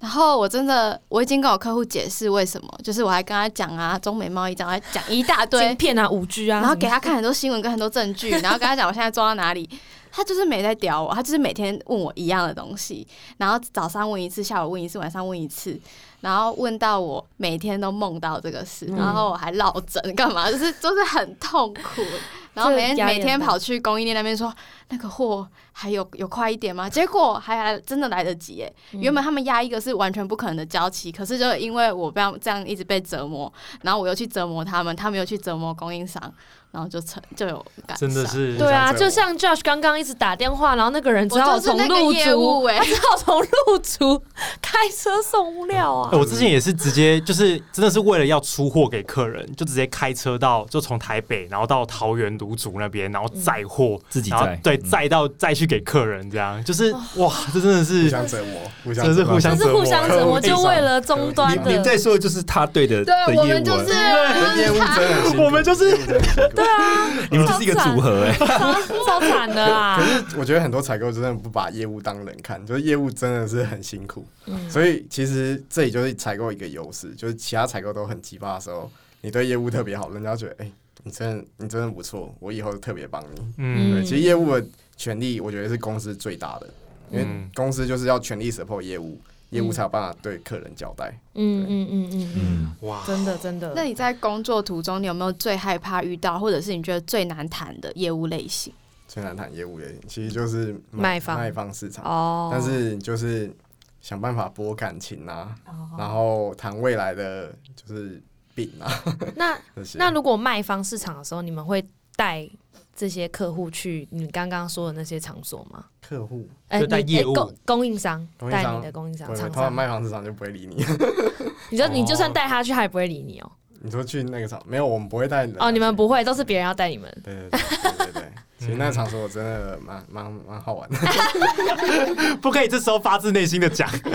S1: 然后我真的我已经跟我客户解释为什么，就是我还跟他讲啊，中美贸易战，我还讲一大堆
S3: 晶，片啊，五 G 啊，
S1: 然后给他看很多新闻跟很多证据，然后跟他讲我现在抓到哪里。他就是没在屌我，他就是每天问我一样的东西，然后早上问一次，下午问一次，晚上问一次，然后问到我每天都梦到这个事，然后我还落枕干嘛，就是就是很痛苦。 然后每
S3: 这
S1: 天
S3: 压力
S1: 每
S3: 很
S1: 天
S3: 大
S1: 跑去供应链那边说那个货还有有快一点吗？结果还还真的来得及耶！
S3: 嗯
S1: 原本他们压一个是完全不可能的交期，可是就因为我不要这样一直被折磨，然后我又去折磨他们，他们又去折磨供应商，然后就成就有感
S2: 真的
S1: 伤
S2: 是
S3: 对啊，
S4: 像这
S3: 就
S4: 样
S3: 像 Josh 刚刚一直打电话，然后那个人只
S1: 我
S3: 好
S1: 就是
S3: 从
S1: 那个
S3: 入
S1: 业务
S3: 竹，
S1: 哎
S3: 他只好从入竹开车送物料啊
S2: 欸。我之前也是直接就是真的是为了要出货给客人，就直接开车到就从台北，然后到桃园芦竹那边，然后载货、
S5: 自己
S2: 然后
S5: 载
S2: 对，
S5: 嗯
S2: 载到再去给客人，这样就是哇，这真的
S4: 互
S2: 是
S4: 相折磨，互相
S2: 真的是互相
S3: 这是
S2: 折磨，
S3: 互相折磨，就为了终端
S5: 你
S3: 的
S5: 你，在说的就是他对的
S1: 对
S5: 的
S1: 我
S5: 业
S1: 们
S5: 务
S1: 就
S5: 啊，
S1: 是
S4: 对业务真的 很辛苦
S2: 我们就是
S4: 业务真的很辛苦
S3: 啊
S5: 你们就是一个组合哎，
S3: 超超惨的啊啦。
S4: 我觉得很多采购真的不把业务当人看，就是业务真的是很辛苦。
S3: 嗯
S4: 所以其实这里就是采购一个优势，就是其他采购都很鸡巴的时候，你对业务特别好，人家觉得哎、你真的你真的不错，我以后特别帮你。
S2: 嗯
S4: 对，其实业务的权利，我觉得是公司最大的，因为
S2: 嗯
S4: 公司就是要全力 support 业务，业务才有办法对客人交代。
S3: 嗯嗯嗯嗯嗯，
S5: 嗯，
S2: 哇，
S3: 真的真
S1: 那
S3: 的。
S1: 你在工作途中，你有没有最害怕遇到，或者是你觉得最难谈的业务类型？
S4: 最难谈业务的，其实就是
S3: 卖方
S4: 卖方市场，
S3: 哦，
S4: 但是就是想办法博感情啊，然
S3: 哦
S4: 后谈未来的就是饼 啊
S3: 那
S4: 这些。
S3: 那如果卖方市场的时候，你们会带这些客户去你刚刚说的那些场所吗？
S4: 客户，
S3: 哎
S2: 就带
S3: 你
S2: 业
S3: 哎
S2: 务
S3: 供供应商，
S4: 供应
S3: 带
S4: 商
S3: 你的供应
S4: 对
S3: 商
S4: 对，
S3: 厂
S4: 他们
S3: 商，
S4: 卖方市场就不会理你。
S3: 你就你
S2: 哦
S3: 就算带他去，他也不会理你哦。
S4: 你说去那个场，没有，我们不会带人啊
S3: 哦，你们不会，都是别人要带你们。
S4: 对？对对对对 对。其实那个场所我真的蛮蛮蛮好玩的，
S2: 不可以这时候发自内心的讲，
S1: 很
S3: 诚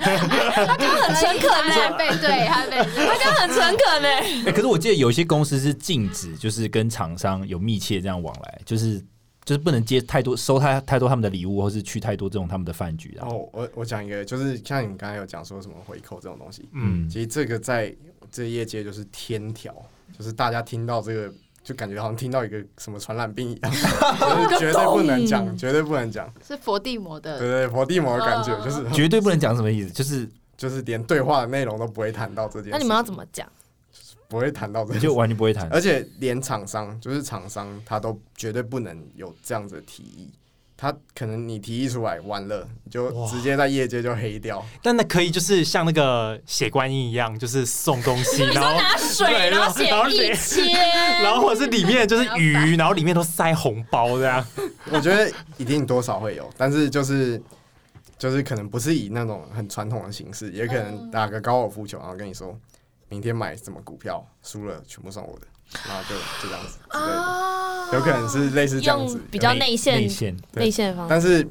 S3: 恳欸
S1: 被对，他被
S3: 他这样很诚恳呢。
S5: 欸可是我记得有些公司是禁止，就是跟厂商有密切这样往来，就是就是不能接太多收太太多他们的礼物，或是去太多这种他们的饭局
S3: 嗯
S4: 然
S1: 哦
S5: 啊。
S4: 后哦我我讲一个，就是像你们刚才有讲说什么回扣这种东西，
S2: 嗯，
S4: 其实这个在这业界就是天条，就是大家听到这个就感觉好像听到一个什么传染病一 样，就是绝对不能讲，绝对不能讲，
S1: 是佛地魔
S4: 对
S1: 的，
S5: 呃
S4: 对，佛地魔的感觉
S1: 嗯
S4: 就是
S5: 绝对不能讲什么意思，就是
S4: 就是连对话的内容都不会谈到这件事，
S3: 那你们要怎么讲？
S4: 不会谈到这
S5: 你
S4: 件
S5: 就
S4: 事，
S5: 完全不会谈。
S4: 而且连厂商就是厂商他都绝对不能有这样子的提议。他可能你提议出来完了，你就
S2: 哇
S4: 直接在业界就 黑掉，
S2: 但那可以就是像那个血观音一样，就是送东西，然后
S3: 拿
S2: 对
S3: 水，
S2: 然
S3: 哎然
S2: 后
S3: 后写
S2: 然后
S3: 一
S2: 写
S3: 千，
S2: 然后或者是里面就是鱼，然后里面都塞红包这样。
S4: 我觉得一定多少会有，但是就是就是可能不是以那种很传统的形式，也可能打个高尔夫球，然后跟你说明天买什么股票，输了全部算我的，然后就就这样子之类的，
S3: 啊
S4: 有可能是类似这样子
S3: 用，比较内线
S5: 内线，
S4: 对
S3: 内线的方式。
S4: 但是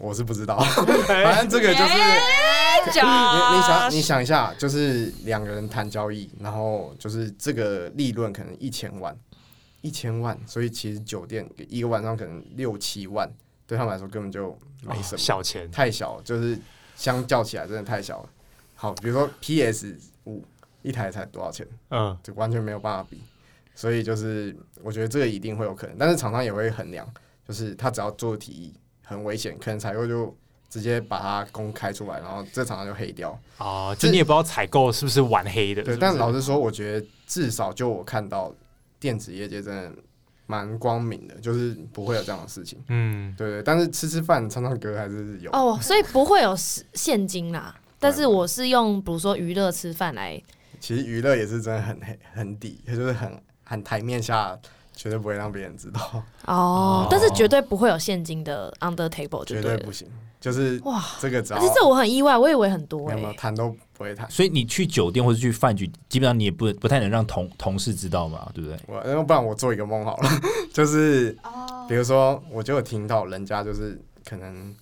S4: 我是不知道，反正这个就是
S3: 哎
S4: 你你
S3: 讲
S4: 想你想一下，就是两个人谈交易，然后就是这个利润可能一千万，一千万，所以其实酒店一个晚上可能六七万，对他们来说根本就没什
S2: 啊
S4: 么。
S2: 小钱，
S4: 太小，就是相较起来真的太小了。好，比如说 PS 五一台才多少钱，
S2: 嗯，
S4: 就完全没有办法比。所以就是我觉得这个一定会有可能，但是厂商也会衡量，就是他只要做提议很危险，可能采购就直接把它公开出来，然后这厂商就黑掉。
S2: 哦，就你也不知道采购是不是玩黑的，
S4: 对，
S2: 是不
S4: 但
S2: 是
S4: 老实说，我觉得至少就我看到电子业界真的蛮光明的，就是不会有这样的事情。
S2: 嗯，
S3: 哦
S4: 对对，但是吃吃饭、唱唱歌还是有。
S3: 哦，所以不会有现现金啦，但是我是用比如说娱乐吃饭来，
S4: 其实娱乐也是真的很很很底，就是很很台面下，绝对不会让别人知道，
S3: 哦，但是绝对不会有现金的 under table 就
S4: 绝
S3: 对
S4: 对
S3: 了
S4: 不行。就是
S3: 哇，
S4: 这个只
S3: 可
S4: 要
S3: 是这我很意外，我以为很多
S4: 没
S3: 哎、
S4: 有没有谈都不会谈。
S5: 所以你去酒店或者去饭局，基本上你也不不太能让同同事知道嘛，对不对？
S4: 我要不然我做一个梦好了， 就是
S1: 哦
S4: 比，如说我就有听到人家就是可能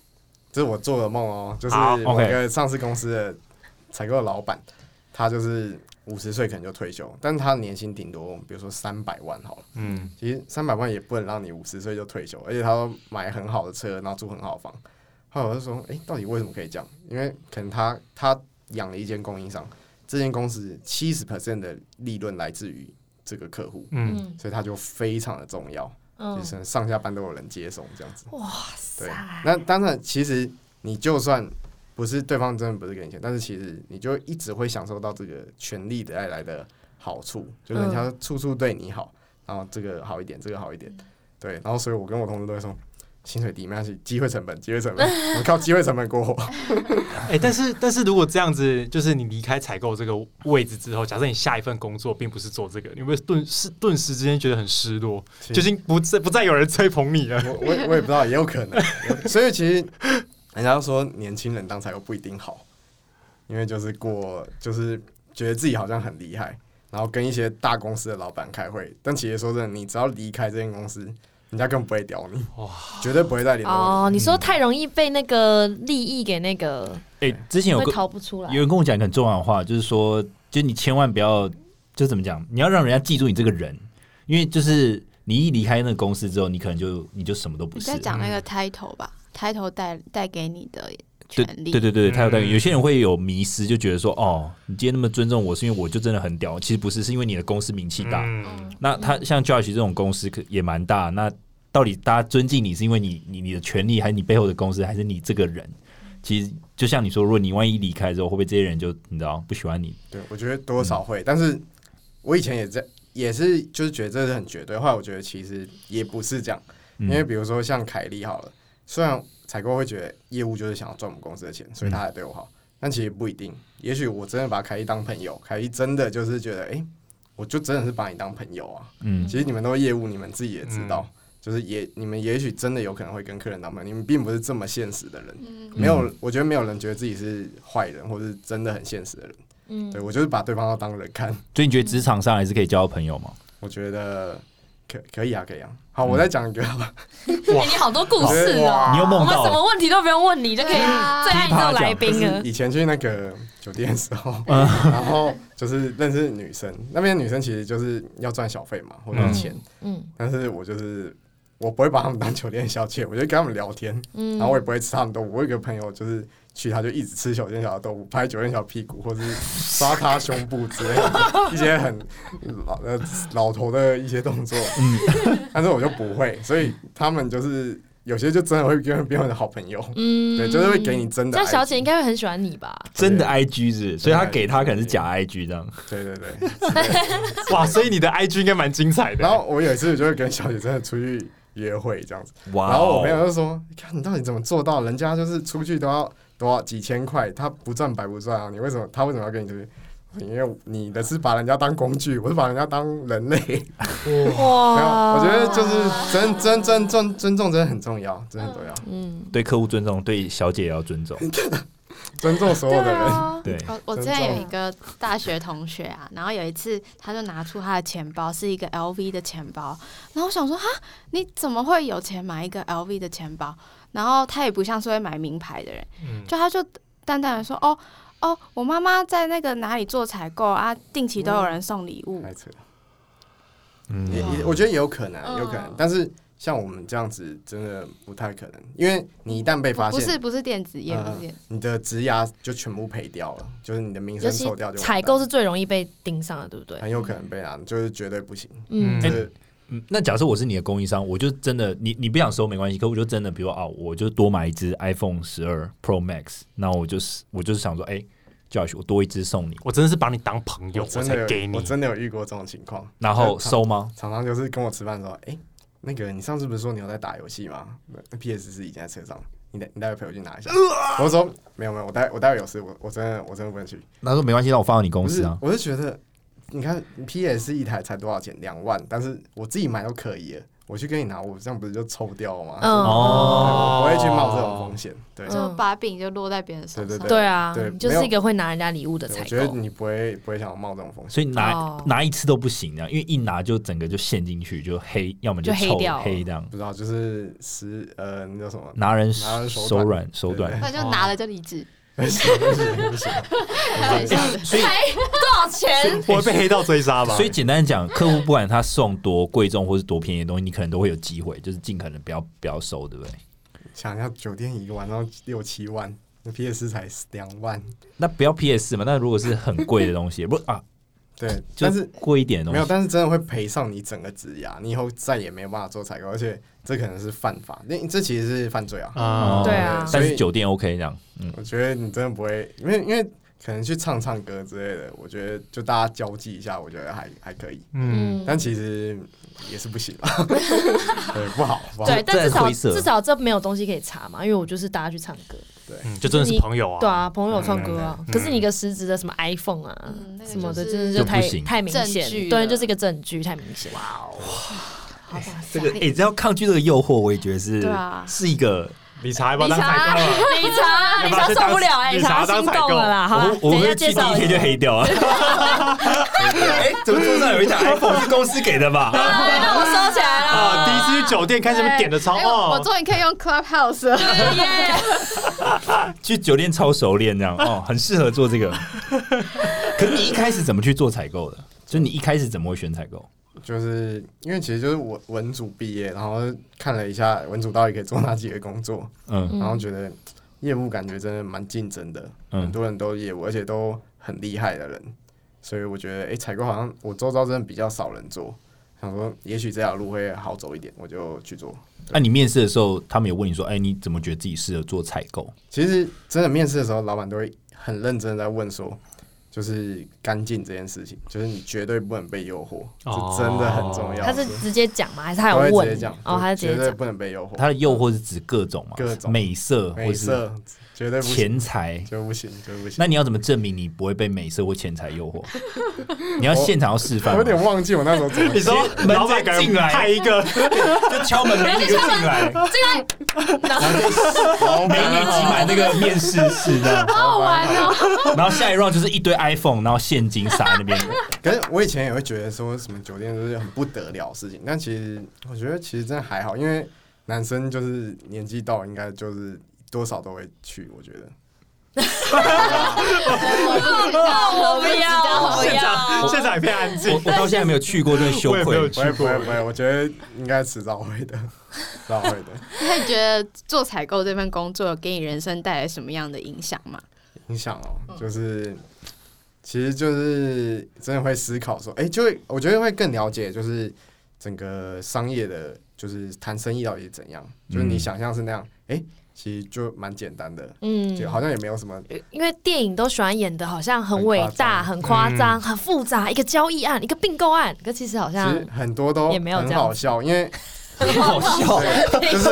S4: 这是我做的梦哦，就是
S2: 好
S4: 某
S5: OK
S4: 个上市公司的采购老板，他就是五十岁可能就退休，但是他年薪顶多比如说三百万好了。
S2: 嗯，
S4: 其实三百万也不能让你五十岁就退休，而且他都买很好的车，然后住很好的房。后来我就说，诶，到底为什么可以这样？因为可能他他养了一间供应商，这间公司七十 percent 的利润来自于这个客户，
S2: 嗯，
S3: 嗯
S4: 所以他就非常的重要，
S3: 嗯
S4: 就，是上下班都有人接送这样子。
S3: 哇
S4: 对
S3: 塞，，
S4: 那当然，其实你就算不是对方真的不是给你钱，但是其实你就一直会享受到这个权利的带来的好处，就人家处处对你好，然后这个好一点，这个好一点，对，然后所以我跟我同事都会说。薪水低没关系，机会成本，机会成本，我靠机会成本过活。
S2: 哎、但是但是如果这样子，就是你离开采购这个位置之后，假设你下一份工作并不是做这个，你会不会顿时顿时之间觉得很失落，
S4: 其
S2: 就
S4: 实
S2: 已经不再不再有人吹捧你了。
S4: 我我也我也不知道，也有可能。 所以其实人家说年轻人当采购不一定好，因为就是过就是觉得自己好像很厉害，然后跟一些大公司的老板开会，但其实说真的，你只要离开这间公司，人家更不会屌你，
S2: 哇
S4: 绝对不会再联络
S3: 哦，你说太容易被那个利益给那个，
S5: 哎、之前有
S3: 会
S5: 个
S3: 逃不出来
S5: 有。人跟我讲一个很重要的话，就是说，就你千万不要，就怎么讲，你要让人家记住你这个人，因为就是你一离开那个公司之后，你可能就你就什么都不
S1: 你
S5: 是嗯
S1: 在。讲那个 title 吧，title 带带给你的
S5: 对
S1: 权利，
S5: 对对对，他有带
S2: 嗯
S5: 有些人会有迷失，就觉得说，哦，你今天那么尊重我，是因为我就真的很屌。其实不是，是因为你的公司名气大。
S2: 嗯，
S5: 那他像 Josh 这种公司可也蛮大，那到底大家尊敬你是因为你你你的权利，还是你背后的公司，还是你这个人？其实就像你说，如果你万一离开之后，会不会这些人就你知道不喜欢你？
S4: 对，我觉得多少会，但是我以前也在，也是就是觉得这是很绝对，后来我觉得其实也不是这样，
S5: 嗯
S4: 因为比如说像凯莉好了，虽然采购会觉得业务就是想要赚我们公司的钱，
S5: 嗯
S4: 所以他才对我好，但其实不一定。也许我真的把凯莉当朋友，凯莉真的就是觉得，诶，我就真的是把你当朋友啊。
S5: 嗯
S4: 其实你们都业务，你们自己也知道，就是也你们也许真的有可能会跟客人当朋友，你们并不是这么现实的人。没有，我觉得没有人觉得自己是坏人，或是真的很现实的人。
S3: 嗯
S4: 对我就是把对方当当人看，
S5: 所以你觉得职场上还是可以交到朋友吗？
S4: 我觉得可可以啊，可以啊。好，我再讲一个好吧。
S2: 哇
S3: 你好多故事哦，
S4: 哇
S5: 你又
S3: 我
S5: 梦
S3: 们
S5: 到
S3: 什
S5: 了
S3: 么问题都不用问你就可以
S1: 对啊
S3: 最爱这种来
S4: 就
S3: 宾
S4: 是
S3: 了。
S4: 以前去那个酒店的时候，然后就是认识女生，那边的女生其实就是要赚小费嘛，或者是钱，
S3: 嗯
S4: 但是我就是。我不会把他们当酒店小姐，我就跟他们聊天，
S3: 嗯
S4: 然后我也不会吃他们豆腐。我有一个朋友就是去，他就一直吃酒店小的豆腐，拍酒店小屁股，或是抓他胸部之类的一些很老呃老头的一些动作。但是我就不会，所以他们就是有些就真的会变变成好朋友，
S3: 嗯
S4: 对，就是会给你真
S3: 这
S4: 的爱
S3: 样
S4: 情。
S3: 小姐应该会很喜欢你吧？
S5: 真的 IG 是不是，所以他
S4: 真的 IG
S5: 给他可能是假 IG 这样。
S4: 对对对。
S2: 哇，所以你的 IG 应该蛮精彩的。
S4: 然后我有一次就会跟小姐真的出去约会这样子，
S5: 哇哦
S4: 然后我朋友就说：“看你到底怎么做到？人家就是出去都要多少几千块，他不赚白不赚啊！你为什么他为什么要跟你出去？”因为你的是把人家当工具，我是把人家当人类。
S1: 哦
S4: 没有，
S3: 哇
S4: 我觉得就是真真真尊尊重真的很重要，真的很重要，
S3: 嗯，
S5: 对客户尊重，对小姐也要尊 重。
S4: 尊重所有的人。
S1: 啊
S5: 对
S1: 我我之
S4: 尊
S1: 前
S4: 重
S1: 有一个大学同学啊，然后有一次他就拿出他的钱包，是一个 LV 的钱包，然后我想说哈，你怎么会有钱买一个 LV 的钱包？然后他也不像是会买名牌的人，
S2: 嗯
S1: 就他就淡淡的说哦。哦，我妈妈在那个哪里做采购啊，定期都有人送礼物。
S4: 太扯了
S5: 嗯
S4: 也也我觉得也有可能，
S1: 嗯
S4: 有可能，但是像我们这样子真的不太可能，因为你一旦被发
S1: 不不是
S4: 现，
S1: 不是电子业，不是
S4: 嗯
S1: 电子
S4: 你的职涯就全部赔掉了，就是你的名
S3: 尤
S4: 声
S3: 其
S4: 受掉就完蛋哎
S3: 采购是最容易被盯上的，对不对？
S4: 很有可能被拿，就是绝对不行。
S3: 嗯
S4: 就
S5: 哎
S4: 是
S5: 嗯那假设我是你的供应商，我就真的你你不想收没关系，可我就真的比如说啊，我就多买一只 iPhone 十二 Pro Max，那我就是我就是想说，哎、j o s h 我多一只送你，
S2: 我真的是把你当朋友，
S4: 我真
S2: 才
S4: 的
S2: 给
S4: 有，
S2: 你。
S4: 我真的有遇过这种情况，
S5: 然后收吗？
S4: 常常就是跟我吃饭的时候，哎，那个你上次不是说你有在打游戏吗那？PS 是已经在车上，你待你待会陪我去拿一下。我说没有没有，我待我待会有事，我我真的我真的不能去。
S5: 他说没关系，让我放到你公
S4: 不
S5: 司
S4: 是
S5: 啊，。
S4: 我是觉得，你看 PS 一台才多少钱？两万，但是我自己买都可以了，我去跟你拿，我这样不是就抽掉吗？
S3: 嗯
S4: 对
S5: 哦
S4: 我不会去冒这种风险。对，
S1: 就把柄就落在别人手上。
S4: 对对
S3: 对啊
S4: 对，
S3: 你就是一个会拿人家礼物的
S4: 对我
S3: 采
S4: 觉得
S3: 购。
S4: 你不会不会想要冒这种风险。
S5: 所以拿、
S3: 哦
S5: 拿一次都不行啊，因为一拿就整个就陷进去，就黑，要么
S3: 就黑
S5: 臭
S3: 掉了
S5: 黑这样，
S4: 不知道，就是十呃，那叫什么？
S5: 拿人
S4: 拿人手
S5: 手
S4: 短
S5: 软手短。
S1: 那就拿了就离职，
S4: 不行不行不行，
S1: 开玩笑的。
S5: 所以
S3: 多少钱？
S2: 我会被黑到追杀吧？
S5: 所以简单讲，客户不管他送多贵重或是多便宜的东西，你可能都会有机会，就是尽可能不要不要收，对不对？
S4: 想要酒店一个晚上六七万，那 PS 才两万，
S5: 那不要 PS 嘛？那如果是很贵的东西，不啊，
S4: 对，
S5: 就
S4: 但是
S5: 贵一点的
S4: 没
S5: 东
S4: 有，
S5: 西，
S4: 但是真的会赔上你整个职涯，你以后再也没有办法做采购，而且这可能是犯法，那这其实是犯罪啊。
S2: 啊，
S3: 对啊
S4: 所
S5: 但
S4: 以
S5: 是酒店 OK 这样，嗯，
S4: 我觉得你真的不会，因为因为可能去唱唱歌之类的，我觉得就大家交际一下，我觉得还还可以，
S2: 嗯，
S3: 嗯，
S4: 但其实也是不行啊， 对，不好，不好，
S3: 对，但
S5: 这
S3: 至
S5: 很
S3: 少
S5: 灰色
S3: 至少这没有东西可以查嘛，因为我就是大家去唱歌，
S2: 嗯就真的是朋友啊，
S3: 对，啊，朋友唱歌啊
S2: 嗯。嗯
S3: 可是你一个实质的什么 iPhone 啊
S1: 嗯那个
S3: 什么的，
S1: 就是
S3: 真的
S5: 就
S3: 就
S5: 不
S3: 太
S5: 行
S3: 太明显
S1: 证据，
S3: 对，
S1: 了
S3: 就是一个证据太明显。哇哦，好想
S5: 这个哎、只要抗拒这个诱惑，我也觉得是、
S1: 对啊
S5: 是一个。
S2: 理查要不
S3: 理
S2: 要当采
S3: 查，
S2: 购啊？
S3: 理查，
S2: 要
S3: 理
S2: 不要去
S3: 查受
S2: 当
S3: 不了哎，
S2: 理查
S3: 心
S2: 当采
S3: 动
S2: 购
S3: 了啦！哈
S5: 我，我
S3: 啊等一
S5: 会
S3: 下
S5: 去
S3: 介
S5: 第
S3: 绍
S5: 一天就
S3: 下
S5: 黑掉啊！ 哎、怎么桌上有一台 iPhone 是公司给的吧？
S3: 哎那我收起来
S2: 啊，
S3: 了。
S2: 第一次去酒店看什么点的超
S1: 哎我我
S2: 哦，
S1: 终于可以用 Clubhouse 了。
S3: 耶
S5: 去酒店超熟练 这样哦，很适合做这个。可是你一开始怎么去做采购的？就你一开始怎么会选采购？
S4: 就是因为其实就是我文组毕业，然后看了一下文组到底可以做哪几个工作，
S5: 嗯
S4: 然后觉得业务感觉真的蛮竞争的，很
S5: 嗯，
S4: 多人都业务，而且都很厉害的人，所以我觉得诶，采购好像我周遭真的比较少人做，想说也许这条路会好走一点，我就去做。
S5: 那、啊你面试的时候，他们有问你说，哎、你怎么觉得自己适合做采购？
S4: 其实真的面试的时候，老板都会很认真地在问说，就是干净这件事情，就是你绝对不能被诱惑，
S2: 哦
S4: 这真的很重要。
S3: 他是直接讲吗？还是他有
S4: 他会直接
S3: 问
S4: 讲，
S3: 哦，他是直
S4: 绝
S3: 接
S4: 对
S3: 讲。
S4: 不能被诱惑。
S5: 他的诱惑是指各种嘛，
S4: 各种
S5: 美色或
S4: 美
S5: 是
S4: 色绝对不行，
S5: 钱财。
S4: 就不行，就不行。
S5: 那你要怎么证明你不会被美色或钱财 诱惑？你要现场要示
S4: 我
S5: 范吗，
S4: 有点忘记我那时候怎 么
S2: 你说老板感觉派一个
S5: 就敲门，美女就进来，
S4: 老
S5: 美女挤满那个面试室这样，
S1: 好玩哦！
S5: 然后下一 round 就是一堆 iPhone，然后现金撒在那边。
S4: 可是我以前也会觉得说什么酒店都是很不得了的事情，但其实我觉得其实真的还好，因为男生就是年纪到应该就是多少都会去，我觉得。
S1: 我不知
S3: 哦
S1: 道，我不知道。
S2: 现场，现场也偏安
S5: 我
S2: 静，
S5: 我到现在没有去过，真的羞
S2: 我也没有
S5: 愧。
S4: 不会
S2: 去
S4: 不会
S2: 过
S4: 不。会，我觉得应该迟早会的，迟早会的。
S1: 那你觉得做采购这份工作给你人生带来什么样的影响吗？
S4: 影响哦，
S3: 嗯
S4: 就是其实就是真的会思考说，哎、就会我觉得会更了解，就是整个商业的，就是谈生意到底是怎样，就是你
S5: 嗯
S4: 想象是那样，哎、其实就蛮简单的，
S3: 嗯
S4: 就好像也没有什么
S3: 因为电影都喜欢演的，好像很伟大、很夸张、很复杂，一个交易案、一个并购案，可其实好
S4: 其
S3: 像
S4: 实很多都
S3: 也没有这
S4: 很
S3: 样
S4: 好笑，因为
S5: 很好笑，
S4: 对就是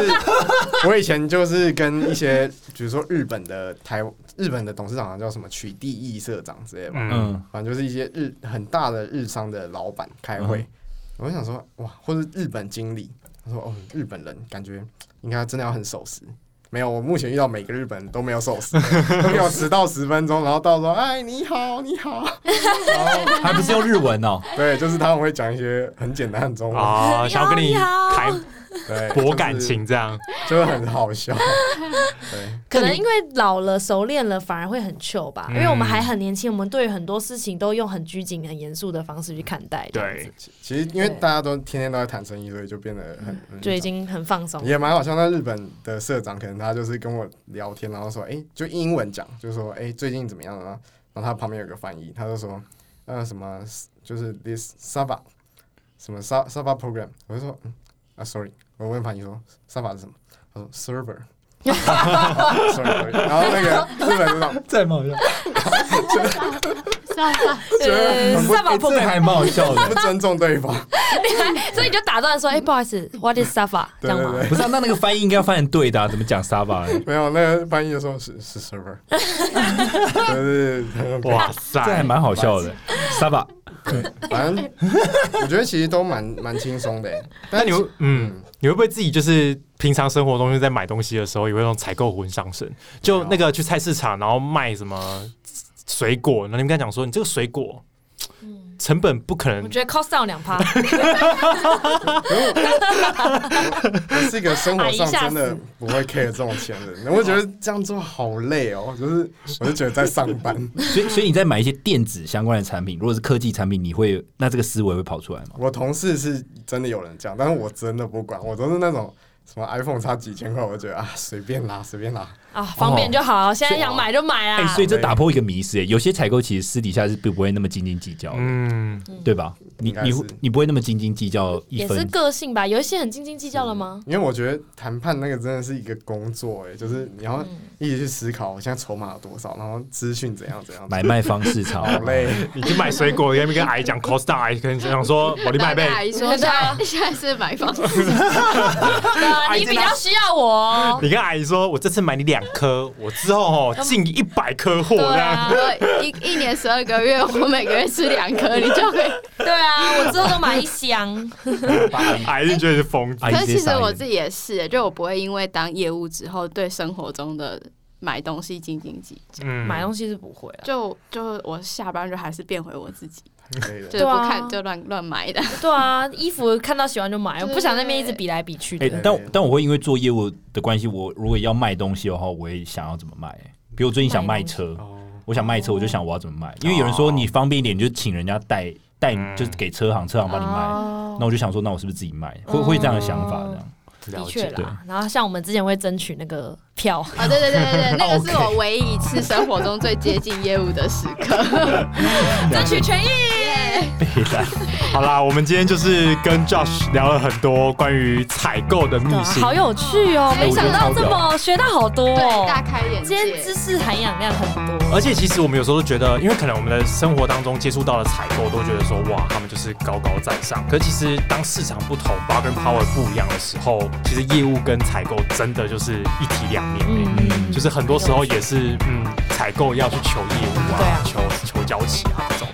S4: 我以前就是跟一些，比如说日本的台日本的董事长好啊像叫什么取缔义社长之类的吧，
S2: 嗯，
S5: 嗯，
S4: 反正就是一些日很大的日商的老板开会，
S5: 嗯
S4: 我想说哇，或是日本经理，他说哦，日本人感觉应该真的要很守时。没有，我目前遇到每个日本人都没有守时，都没有迟到十分钟，然后到时候哎你好你好，然后
S5: 还不是用日文哦。
S4: 对，就是他们会讲一些很简单的中文，
S2: 啊，想要跟你
S3: 喵
S2: 开
S4: 对，
S2: 博感情这样，
S4: 就是，就是很好 笑，对，
S3: 可能因为老了、熟练了，反而会很糗吧。
S2: 嗯
S3: 因为我们还很年轻，我们对于很多事情都用很拘谨、很严肃的方式去看待，这样子
S2: 对，
S4: 其其实因为大家都天天都在谈生意，所以就变得很很
S3: 就已经很放松。
S4: 也蛮好笑。那日本的社长可能他就是跟我聊天，然后说，哎、就英文讲，就说，哎、最近怎么样啊？然后他旁边有个翻译，他就说，呃，什么就是 this Sava，什么 Sa Sava program，我就说，嗯啊，sorry，我问翻译说 Sava 是什么？他说 server。sorry，sorry 然后那个日本社长
S5: 再冒一下，
S1: 算了算了，
S3: 呃，
S4: 很不
S3: 萨法
S5: 哎这还蛮好 笑的。
S4: 不尊重对方，
S3: 所以你就打断
S5: 嗯
S3: 说，哎、不好意思，What is Safa？这
S4: 对
S3: 样
S4: 对
S3: 吗？
S4: 对，
S5: 不是、啊，那那个翻译应该翻成对的、啊，怎么讲沙巴？
S4: 没有那个翻译就说是是 server，就是
S2: 哇
S5: 这还
S2: 塞，
S5: 蛮好笑的。沙巴，
S4: 反正我觉得其实都蛮蛮轻松的欸。
S2: 那你会嗯
S4: 嗯，
S2: 你会不会自己就是平常生活中就在买东西的时候，也会用采购魂上身？就那个去菜市场，然后卖什么水果，那你们跟他讲说，你这个水果成本不可
S3: 我
S2: 能
S3: 觉得 cost down 两 趴，
S4: 我是一个生活上真
S3: 阿姨吓
S4: 的
S3: 死
S4: 不会 care 这种钱的人，我觉得这样做好累哦，就是我就觉得在上 班，
S5: 所以所以你在买一些电子相关的产品，如果是科技产品，你会那这个思维会跑出来吗？
S4: 我同事是真的有人这样，但是我真的不管，我都是那种什么 iPhone 差几千块，我就觉得啊随便啦，随便啦。
S3: 啊，方便就好，现在想买就买啊
S5: 哎、
S3: 啦。
S5: 哦所以这打破一个迷思、哎，有些采购其实私底下是不不会那么斤斤计较的，
S2: 嗯，
S5: 对吧？你
S4: 应该
S5: 你
S4: 是
S5: 你不会那么斤斤计较一
S3: 也是
S5: 分
S3: 个性吧，有一些很斤斤计较了吗？
S4: 因为我觉得谈判那个真的是一个工作、欸，就是你
S3: 嗯
S4: 要一直去思考，我现在筹码有多少，然后资讯怎样怎样，
S5: 买卖方市场。
S4: 好累。
S2: 你去买水果，你那边跟阿姨讲 cost down，阿姨跟你讲说我的
S1: 然后跟
S2: 买呗，
S1: 阿姨说，现在现在是买 房
S5: 哎
S3: 对，啊你比较需要我 哦。
S2: 你跟阿姨说我这次买你两颗，我之后哦进一百颗货
S3: 对
S2: 这样。
S3: 啊，
S1: 我一一年十二个月，我每个月吃两颗，你就会。
S3: 对啊，我之后都买一箱。
S2: 阿姨就觉得是疯子。
S5: 阿姨
S1: 可是
S5: 直接
S1: 其实
S5: 傻眼
S1: 我自己也是，就我不会因为当业务之后对生活中的买东西斤斤计较，
S2: 嗯
S3: 买东西是不会啊了。
S1: 就就我下班就还是变回我自己，
S4: 累的
S1: 就是不
S3: 对啊
S1: 看就乱乱买的。
S3: 对啊，衣服看到喜欢就买，我
S1: 对
S3: 不想那边一直比来比去
S5: 哎、
S3: 的。
S5: 但但我会因为做业务的关系，我如果要卖东西的话，我也想要怎么卖、哎比如我最近想卖车，我想卖车，我就想我要怎么卖。因为有人说你方便一点，你就请人家代代，
S2: 嗯
S5: 就是给车行，车行帮你卖。
S3: 哦
S5: 那我就想说，那我是不是自己卖？会
S3: 哦
S5: 会这样的想法，这样
S3: 的确
S5: 对
S3: 啦，然后像我们之前会争取那个票，
S1: 哦，对对对对对，那个是我唯一一次生活中最接近业务的时 刻。
S3: 争取权益。
S5: 可以来
S2: 好啦，我们今天就是跟 Josh 聊了很多关于采购的秘
S3: 对啊
S2: 辛。
S3: 好有趣哦，
S5: 哎
S3: 没
S5: 我觉
S3: 想
S5: 得
S3: 到
S5: 超
S3: 这么学到好多
S1: 对，
S3: 哦
S1: 大。开眼
S3: 今天
S1: 界
S3: 知。识含氧量很多，
S2: 而且其实我们有时候都觉得，因为可能我们的生活当中接触到的采购，都觉得说哇，他们就是高高在上。可其实当市场不同 b a r g a i n power 不一样的时候，其实业务跟采购真的就是一体两面、欸。
S3: 嗯，
S2: 就是很多时候也是，嗯，采购要去求业务啊，
S3: 对啊
S2: 求求交期啊这种。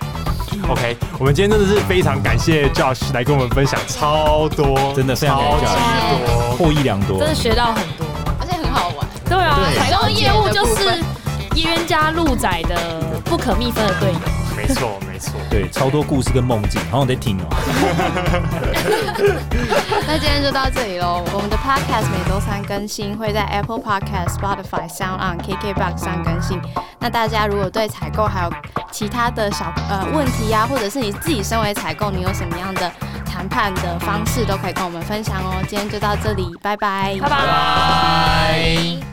S2: OK，我们今天真的是非常感谢 Josh 来跟我们分享超多，
S5: 真的非常感
S2: 超
S5: 谢
S2: 级
S5: Josh
S2: 多。
S5: 获益良多啊
S3: 真。的学到很多。
S1: 而且很好玩，
S3: 对啊，
S2: 对
S3: 采购业务就是冤家路窄的不可密分的队友。
S2: 没错，没错。
S5: 对，超多故事跟梦境，好像我在听哦、
S1: 那今天就到这里喽。我们的 Podcast 每周三更新，会在 Apple Podcast、Spotify、Sound On、KKBox 上更新。那大家如果对采购还有其他的小呃问题呀、或者是你自己身为采购，你有什么样的谈判的方式，都可以跟我们分享哦。今天就到这里，拜拜，
S3: 拜拜。